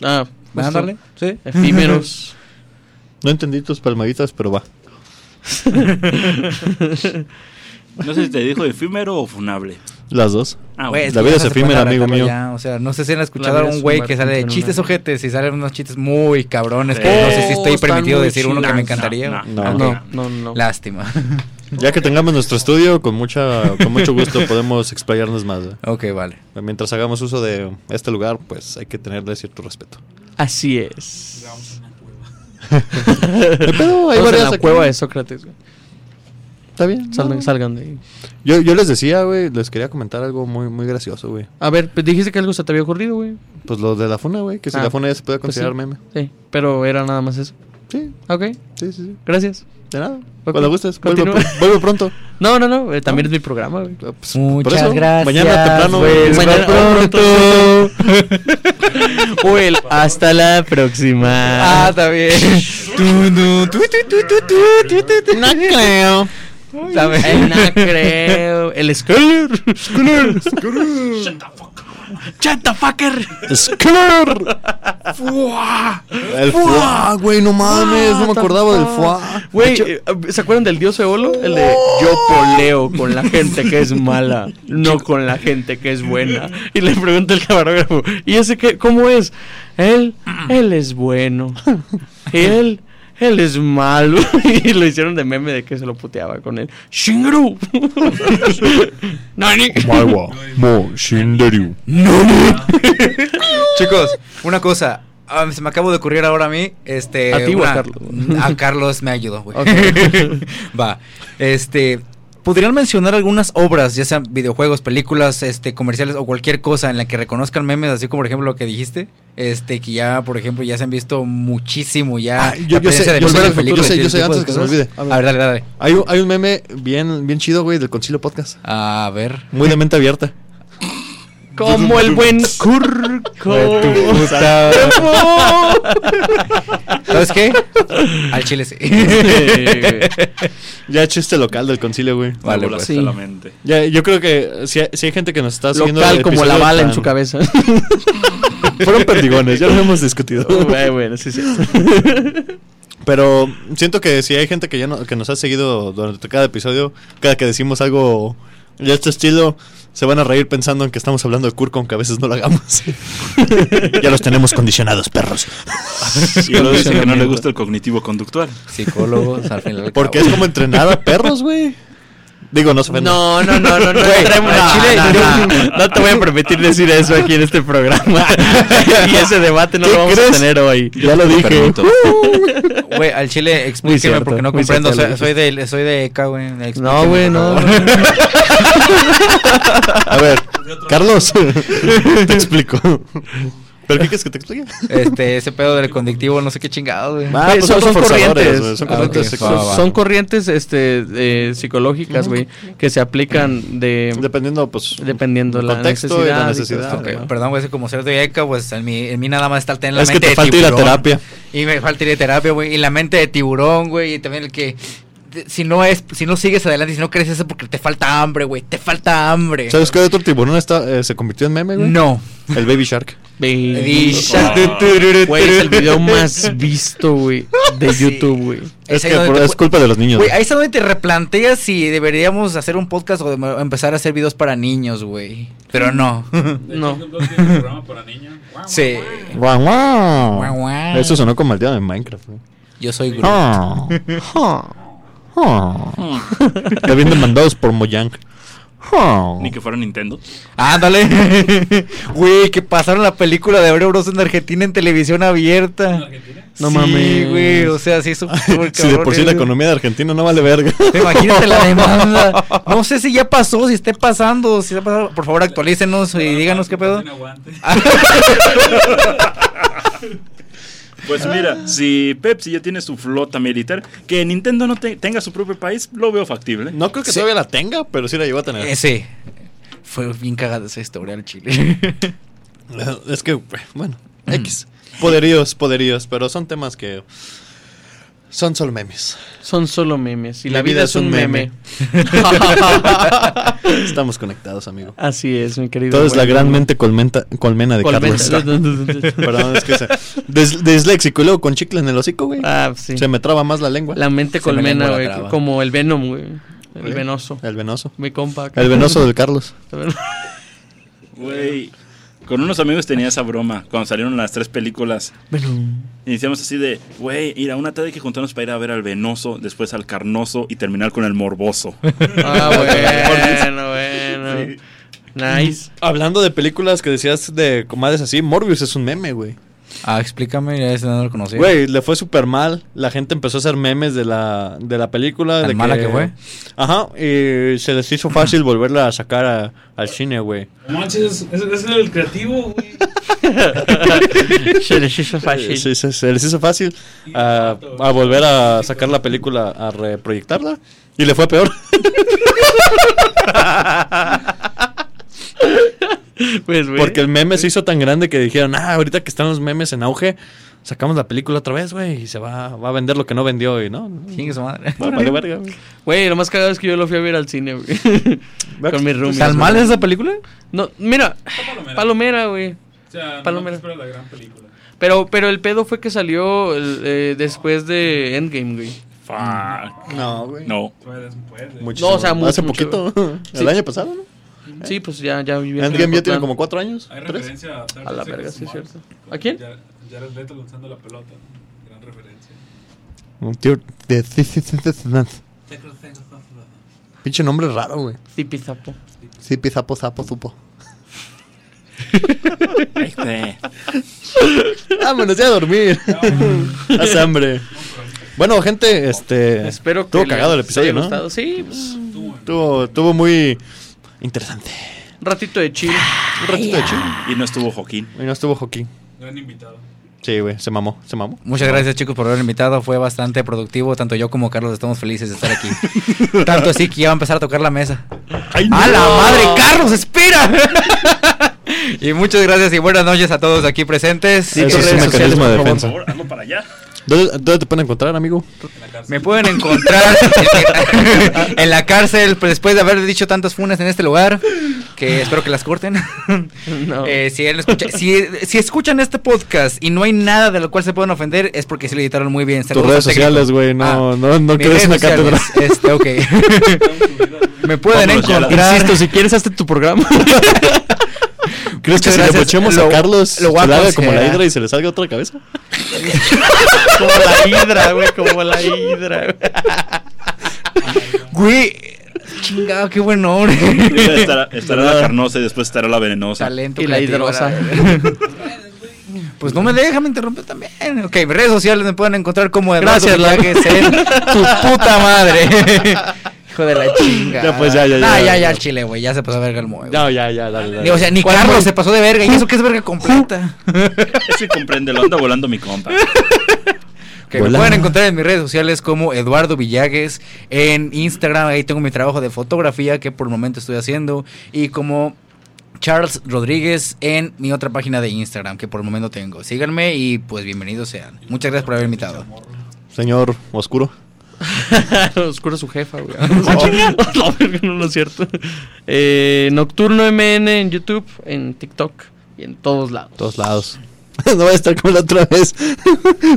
C: Ah,
A: ¿Van a
C: justo.
A: darle? Sí.
C: Efímeros.
B: No entendí tus palmaditas, pero va.
D: No sé si te dijo efímero o funable.
B: Las dos.
D: Ah,
A: Güey,
D: bueno.
A: es
B: la
A: que
B: vida
A: ya
B: es
A: no se puede
B: efímera, amigo
A: arreglarlo ya,
B: mío.
A: O sea, no sé si han escuchado
C: La
A: a
C: vida es
A: un
C: un
A: güey
C: barco
A: que sale de
C: interminable.
A: chistes ojetes y salen unos chistes muy cabrones que
D: Sí.
A: no sé si
C: Oh,
A: estoy
C: están
A: permitido
C: muy
A: decir uno que
C: chilas.
A: me encantaría.
D: No,
B: no,
A: Ah, ok.
C: No, no, no.
A: Lástima.
B: Ya que tengamos nuestro estudio, con mucha, con mucho gusto podemos explayarnos más. ¿eh?
A: ok, vale.
B: Mientras hagamos uso de este lugar, pues hay que tenerle cierto respeto.
C: Así es.
E: Vamos a una cueva.
B: Pero hay
C: Todos en
B: varias
C: la
B: aquí.
C: cueva de Sócrates, güey.
B: Está bien.
C: Salgan,
B: no.
C: salgan de ahí.
B: Yo, yo les decía, güey, les quería comentar algo muy, muy gracioso, güey.
C: A ver, pues dijiste que algo se te había ocurrido, güey.
B: Pues lo de la funa, güey, que si
C: Ah,
B: la funa ya se puede
C: pues sí.
B: considerar meme.
C: Sí, pero era nada más eso.
B: Sí,
C: Ok,
B: sí, sí, sí.
C: gracias.
B: De nada.
C: Ok,
B: Cuando gustes, vuelvo,
C: continúa.
B: pr- vuelvo pronto.
C: No, no, no, eh, también es mi programa, güey.
B: Ah, pues, por
A: Muchas
B: eso,
A: gracias.
B: Mañana temprano.
A: güey.
B: güey.
C: Mañana-
A: pronto.
C: O el hasta la próxima.
A: Ah, está bien. Tú, no, tú, tú, tú, tú, tú, tú, tú, tú.
C: no creo. No creo. El Skuller. Skuller. Shut the fucker.
B: ¡Skrrr! El fuá, güey, Ah, no mames, no me acordaba del fuá.
C: Güey, eh, ¿se acuerdan del dios Eolo? El de yo poleo con la gente que es mala, no con la gente que es buena. Y le pregunta el camarógrafo, ¿y ese qué, cómo es? Él, él es bueno. Y él, él es malo. Y lo hicieron de meme de que se lo puteaba con él. ¡Shingru! ¡Nani!
B: mo shinderu.
A: Chicos, una cosa. ah, se me acabo de ocurrir ahora a mí. Este,
C: A ti o a
A: una-
C: Carlos.
A: A Carlos me ayudó, güey.
C: Ok.
A: Va. Este. ¿Podrían mencionar algunas obras, ya sean videojuegos, películas, este, comerciales o cualquier cosa en la que reconozcan memes, así como por ejemplo lo que dijiste? Este, que ya, por ejemplo, ya se han visto muchísimo ya.
B: Ah, yo-
A: la
B: yo sé,
A: presencia de
B: yo sé,
A: memes en
B: yo sé,
A: películas
B: yo
A: y
B: sé,
A: ese
B: yo sé,
A: tipo de
B: antes que se me
A: cosas.
B: olvide.
A: A ver, dale, dale.
B: Hay, un- hay un meme bien, bien chido, güey, del Concilio Podcast.
A: A ver.
B: Muy de mente abierta.
C: Como el buen Kurko.
A: ¿Sabes qué? Al chile sí.
B: Ya chiste local del Concilio, güey.
A: Vale,
D: Me
A: pues.
D: volaste
C: Sí.
D: la mente.
B: Ya, yo creo que si hay, si hay gente que nos está siguiendo.
C: Local
B: el
C: como la
B: episodio
C: bala en
B: tan-
C: su cabeza.
B: Fueron perdigones, ya lo hemos discutido.
C: Güey, bueno, sí, sí.
B: Pero siento que si hay gente que ya no- que nos ha seguido durante cada episodio, cada que decimos algo de este estilo, se van a reír pensando en que estamos hablando de Kurko, aunque a veces no lo hagamos. ya los tenemos condicionados, perros.
D: Y lo dice que no le gusta el cognitivo conductual.
A: Psicólogos al final.
B: Porque es como entrenar a perros, güey. Digo, no se ofendan.
C: No, no, no, no, no, entremos-
A: al
C: no,
A: chile,
C: no,
A: yo-
C: no, no te voy a permitir decir eso aquí en este programa. y ese debate no
B: ¿Qué
C: lo vamos
B: crees?
C: a tener hoy.
B: Ya lo
D: Te
B: dije. Uh.
D: permito.
A: Güey, al chile,
C: Muy
A: explíqueme
C: cierto,
A: porque no
C: muy
A: comprendo.
C: cierto,
A: Soy, soy de, soy de ECA, güey. Explíqueme,
C: No, güey,
A: por
C: no.
A: favor.
B: A ver, Carlos, te explico. ¿Pero qué quieres que te explique?
A: Este, ese pedo del conductivo, no sé qué chingado, güey.
B: Ah,
C: Güey,
B: pues
C: son,
B: otros
C: son
B: forzadores,
C: corrientes,
B: güey, son
C: Ah,
B: corrientes
C: ok.
B: sexuales.
A: Va,
C: Son-
A: va.
C: son corrientes, este, eh, psicológicas, güey, que se aplican de
B: Dependiendo, pues.
C: dependiendo
B: del
C: la
B: contexto
C: necesidad,
B: y la
C: y
B: necesidad.
C: todo
A: Ok,
B: güey.
A: Perdón, güey, ese como ser de ECA, pues en mí, en mí nada más está el tener la
B: Es que
A: mente
B: te
A: de
B: falta ir a
A: tiburón.
B: terapia.
A: Y me falta ir a terapia, güey. Y la mente de tiburón, güey. Y también el que. de- Si no es, si no sigues adelante y si no creces es porque te falta hambre, güey. Te falta hambre.
B: ¿Sabes qué otro tiburón está, eh, se convirtió en meme, güey?
A: No.
B: El Baby Shark.
C: Baby
A: Dicha.
C: Güey, es el video más visto, güey, de
A: Sí.
C: YouTube, güey.
B: Es,
A: ahí
B: que
A: donde
B: por-
A: te
B: es
A: pu-
B: culpa de los niños.
A: Güey, ahí es donde te replanteas si deberíamos hacer un podcast o de- empezar a hacer videos para niños, güey. Pero no.
C: No.
E: tiene programa para niños. Guau,
A: sí.
E: guau, guau.
B: Guau, guau.
A: Guau, guau.
B: Eso sonó como el día de Minecraft. güey.
A: Yo soy Groot.
B: Ah. Ah. Ya bien demandados por Mojang. Ah.
D: Ni que fuera Nintendo.
A: Ándale. Güey, que pasaron la película de Mario Bros en Argentina en televisión
E: ¿En
A: abierta.
E: Argentina?
C: No
A: sí,
C: mames.
A: güey, o sea, sí es un súper
B: Si de por sí
A: cabrón,
B: la
A: eh.
B: economía de Argentina no vale verga.
A: Imagínate la demanda. No sé si ya pasó, si esté pasando, si está pasando. Por favor, actualícenos y díganos qué pedo.
E: Tiene aguante.
D: Pues mira, si Pepsi ya tiene su flota militar, que Nintendo no te- tenga su propio país, lo veo factible.
B: No creo que todavía la tenga, pero sí la llevó a tener. Es,
A: Ese. Fue bien cagada esa historia al chile.
C: Mm.
B: que, bueno, X. Poderíos, poderíos, pero son temas que son solo memes.
C: Son solo memes. Y la, vida, es un meme.
B: Estamos conectados, amigo.
C: Así es, mi querido.
B: Todo es la
C: güey.
B: gran mente colmenta- colmena de
C: Colmena.
B: Carlos. Perdón, es que se, des- disléxico y luego con chicle en el hocico, güey.
C: Ah, sí.
B: Se me traba más la lengua.
C: La mente
A: Se me lengua
C: colmena,
A: la
C: güey.
A: traba.
C: Como el Venom, güey. El
B: Sí.
C: venoso.
B: El venoso.
C: Mi compa. acá.
B: El venoso del Carlos.
D: Güey, con unos amigos tenía esa broma cuando salieron las tres películas.
C: Venom.
D: Iniciamos así de, güey, ir a una tarde hay que juntarnos para ir a ver al venoso, después al carnoso y terminar con el morboso.
C: Ah, bueno, bueno. Nice.
B: Hablando de películas que decías de comadres así, Morbius es un meme, güey.
A: Ah, explícame, ya ese no lo conocía.
B: Güey, le fue súper mal. La gente empezó a hacer memes de la, de la película.
A: Tan
B: de
A: mala que fue.
B: Ajá, y se les hizo fácil volverla a sacar a- al cine, güey.
E: No manches, es, es el creativo, güey.
C: Se les hizo fácil.
B: Sí, sí, se les hizo fácil a, a volver a sacar la película, a reproyectarla. Y le fue peor.
C: Pues, güey.
B: Porque el meme se hizo tan grande que dijeron, ah, ahorita que están los memes en auge, sacamos la película otra vez, güey, y se va, va a vender lo que no vendió y no.
A: Chingue su madre.
B: Va- vale verga, güey.
C: Güey, lo más cagado es que yo lo fui a ver al cine, güey. Con mis roomies.
A: ¿Tan
C: güey.
A: mal es esa película?
C: No, mira.
E: Palomera.
C: Palomera, güey.
E: O sea,
C: Palomera.
E: no te esperas la gran película.
C: Pero, pero el pedo fue que salió eh, después de Endgame, güey.
D: Fuck.
B: No, güey.
D: No.
E: Tú eres un puede.
B: Muchísimo.
C: No, o sea, mu-
B: Hace
C: mucho.
B: poquito.
C: Sí.
B: El año pasado, ¿no?
C: Sí, pues ya, ya vivió.
B: Endgame ya tiene como cuatro años.
E: Hay
B: ¿Tres?
E: referencia a Thirty
C: A la
E: Seconds
C: verga, sí,
E: to Mars.
C: cierto. ¿A quién?
E: Ya- Jared Leto lanzando la pelota. Gran referencia.
B: Un tío de- Pinche nombre raro, güey.
C: Tipizapo.
B: Sí, pizapo, sapo, supo. Vámonos ya a dormir. Hace hambre. Bueno, gente, este.
C: Espero que.
B: Estuvo
C: les
B: cagado el episodio,
C: haya
B: ¿no?
C: gustado. Sí, pues,
B: Estuvo, estuvo muy interesante.
C: un ratito de chill.
B: Un ratito de chill.
D: Y no estuvo Joaquín.
B: Y no estuvo Joaquín.
E: Gran invitado.
B: Sí, güey, se mamó, se mamó.
A: Muchas gracias chicos por haber invitado, fue bastante productivo, tanto yo como Carlos estamos felices de estar aquí. tanto así que ya va a empezar a tocar la mesa. ¡A la madre, Carlos, espera! y muchas gracias y buenas noches a todos aquí presentes.
B: Eso
A: Eh,
B: es
A: redes
B: un
A: sociales,
B: mecanismo
A: por favor.
B: de
D: Por
B: defensa.
D: favor, hazlo para allá.
B: ¿Dónde, dónde te pueden encontrar, amigo?
A: Me pueden encontrar en la cárcel pues, después de haber dicho tantas funas en este lugar, que espero que las corten.
C: No.
A: Eh, si, él escucha- si, si escuchan este podcast y no hay nada de lo cual se puedan ofender, es porque sí lo editaron muy bien.
B: Tus
A: Saludos
B: redes
A: al técnico.
B: sociales, güey. No,
A: Ah,
B: no, no
A: mis
B: crees una
A: redes
B: cátedra.
A: sociales, Este, ok. Me pueden
D: Vámonos ya a la-
A: encontrar.
C: Insisto, si quieres, hazte tu programa.
B: ¿Crees que
A: Muchas
B: si le
A: gracias.
B: pochemos a
A: Lo-
B: Carlos,
A: lo voy a
B: se le haga como la
A: considerar.
B: hidra y se le salga otra cabeza?
C: como la hidra, güey. Como la hidra, güey.
A: Güey, chingado, qué buen nombre.
D: Primero Estará, estará la carnosa y después estará la venenosa.
A: Talento
C: Y la
A: creativo,
C: hidrosa.
A: la- Pues no me deja, me interrumpe también. Ok, mis redes sociales me pueden encontrar como Eduardo
C: Gracias, la-
A: Villagues en tu puta madre. Hijo de la chinga.
B: Ya, pues, ya, ya,
A: Nah,
B: ya,
A: ya,
B: ya.
A: ya, al chile, güey. Ya se pasó de verga el mueve.
B: No, ya, ya, dale, dale.
A: O sea, ni Carlos se pasó de verga. ¿Y eso qué es verga completa?
D: Es que comprende, lo anda volando mi compa.
A: Que me
B: Hola.
A: pueden encontrar en mis redes sociales como Eduardo Villagues, en Instagram, ahí tengo mi trabajo de fotografía que por el momento estoy haciendo, y como Charles Rodríguez en mi otra página de Instagram que por el momento tengo. Síganme y pues bienvenidos sean. Muchas gracias por haber invitado.
B: Señor Oscuro.
C: Oscuro su jefa, güey. La verga, no, no es cierto. Eh, Nocturno MN en YouTube, en TikTok y en todos lados.
B: Todos lados. No va a estar como la otra vez.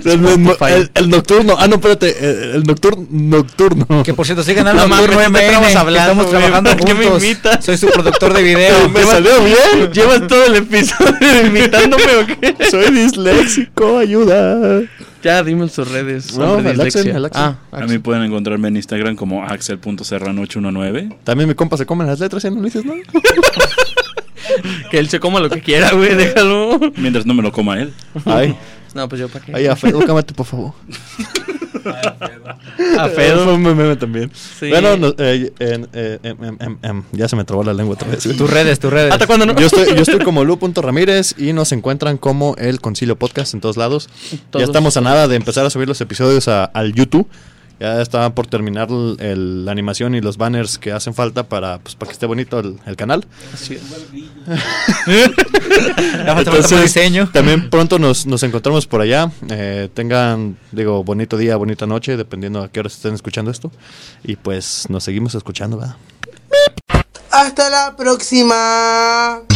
B: El, el- el nocturno. Ah, no, espérate. El, el nocturno. nocturno.
A: Que por cierto, sigan hablando
C: No mames, ¿de qué estamos hablando,
A: Estamos
C: güey?
A: trabajando
C: ¿Por qué me
A: juntos.
C: imitas?
A: Soy su productor de video.
B: Me salió bien.
C: ¿Eh? Llevas todo el episodio imitándome o qué?
B: Soy disléxico, ayuda.
C: Ya, dime en sus redes.
B: No,
C: hombre,
B: al Axel,
C: dislexia.
B: al Axel.
C: Ah,
D: A mí pueden encontrarme en Instagram como axel.serrano819.
B: También mi compa se come las letras y no le dices nada.
C: que él se coma lo que quiera, güey, déjalo.
D: Mientras no me lo coma él.
B: Ay,
C: No, pues yo para qué.
B: ay, Afedo, cámate, por favor.
C: A Fedo.
B: Fue un meme también.
C: Sí.
B: Bueno, no, eh, en- eh, em, em, em, em, ya se me trabó la lengua otra vez.
A: Tus redes, tus redes.
C: ¿Hasta cuándo no?
B: Yo estoy, yo estoy como Lu.Ramírez y nos encuentran como el Concilio Podcast en todos lados.
C: Todos.
B: Ya estamos a nada de empezar a subir los episodios a- al YouTube. Ya está por terminar el- el- la animación y los banners que hacen falta para, pues, para que esté bonito el, el canal.
C: Así es.
A: Ya Ah, falta más
B: Entonces,
A: diseño.
B: También pronto nos, nos encontramos por allá. Eh, tengan, digo, bonito día, bonita noche, dependiendo a qué hora estén escuchando esto. Y pues nos seguimos escuchando, ¿verdad?
F: Hasta la próxima.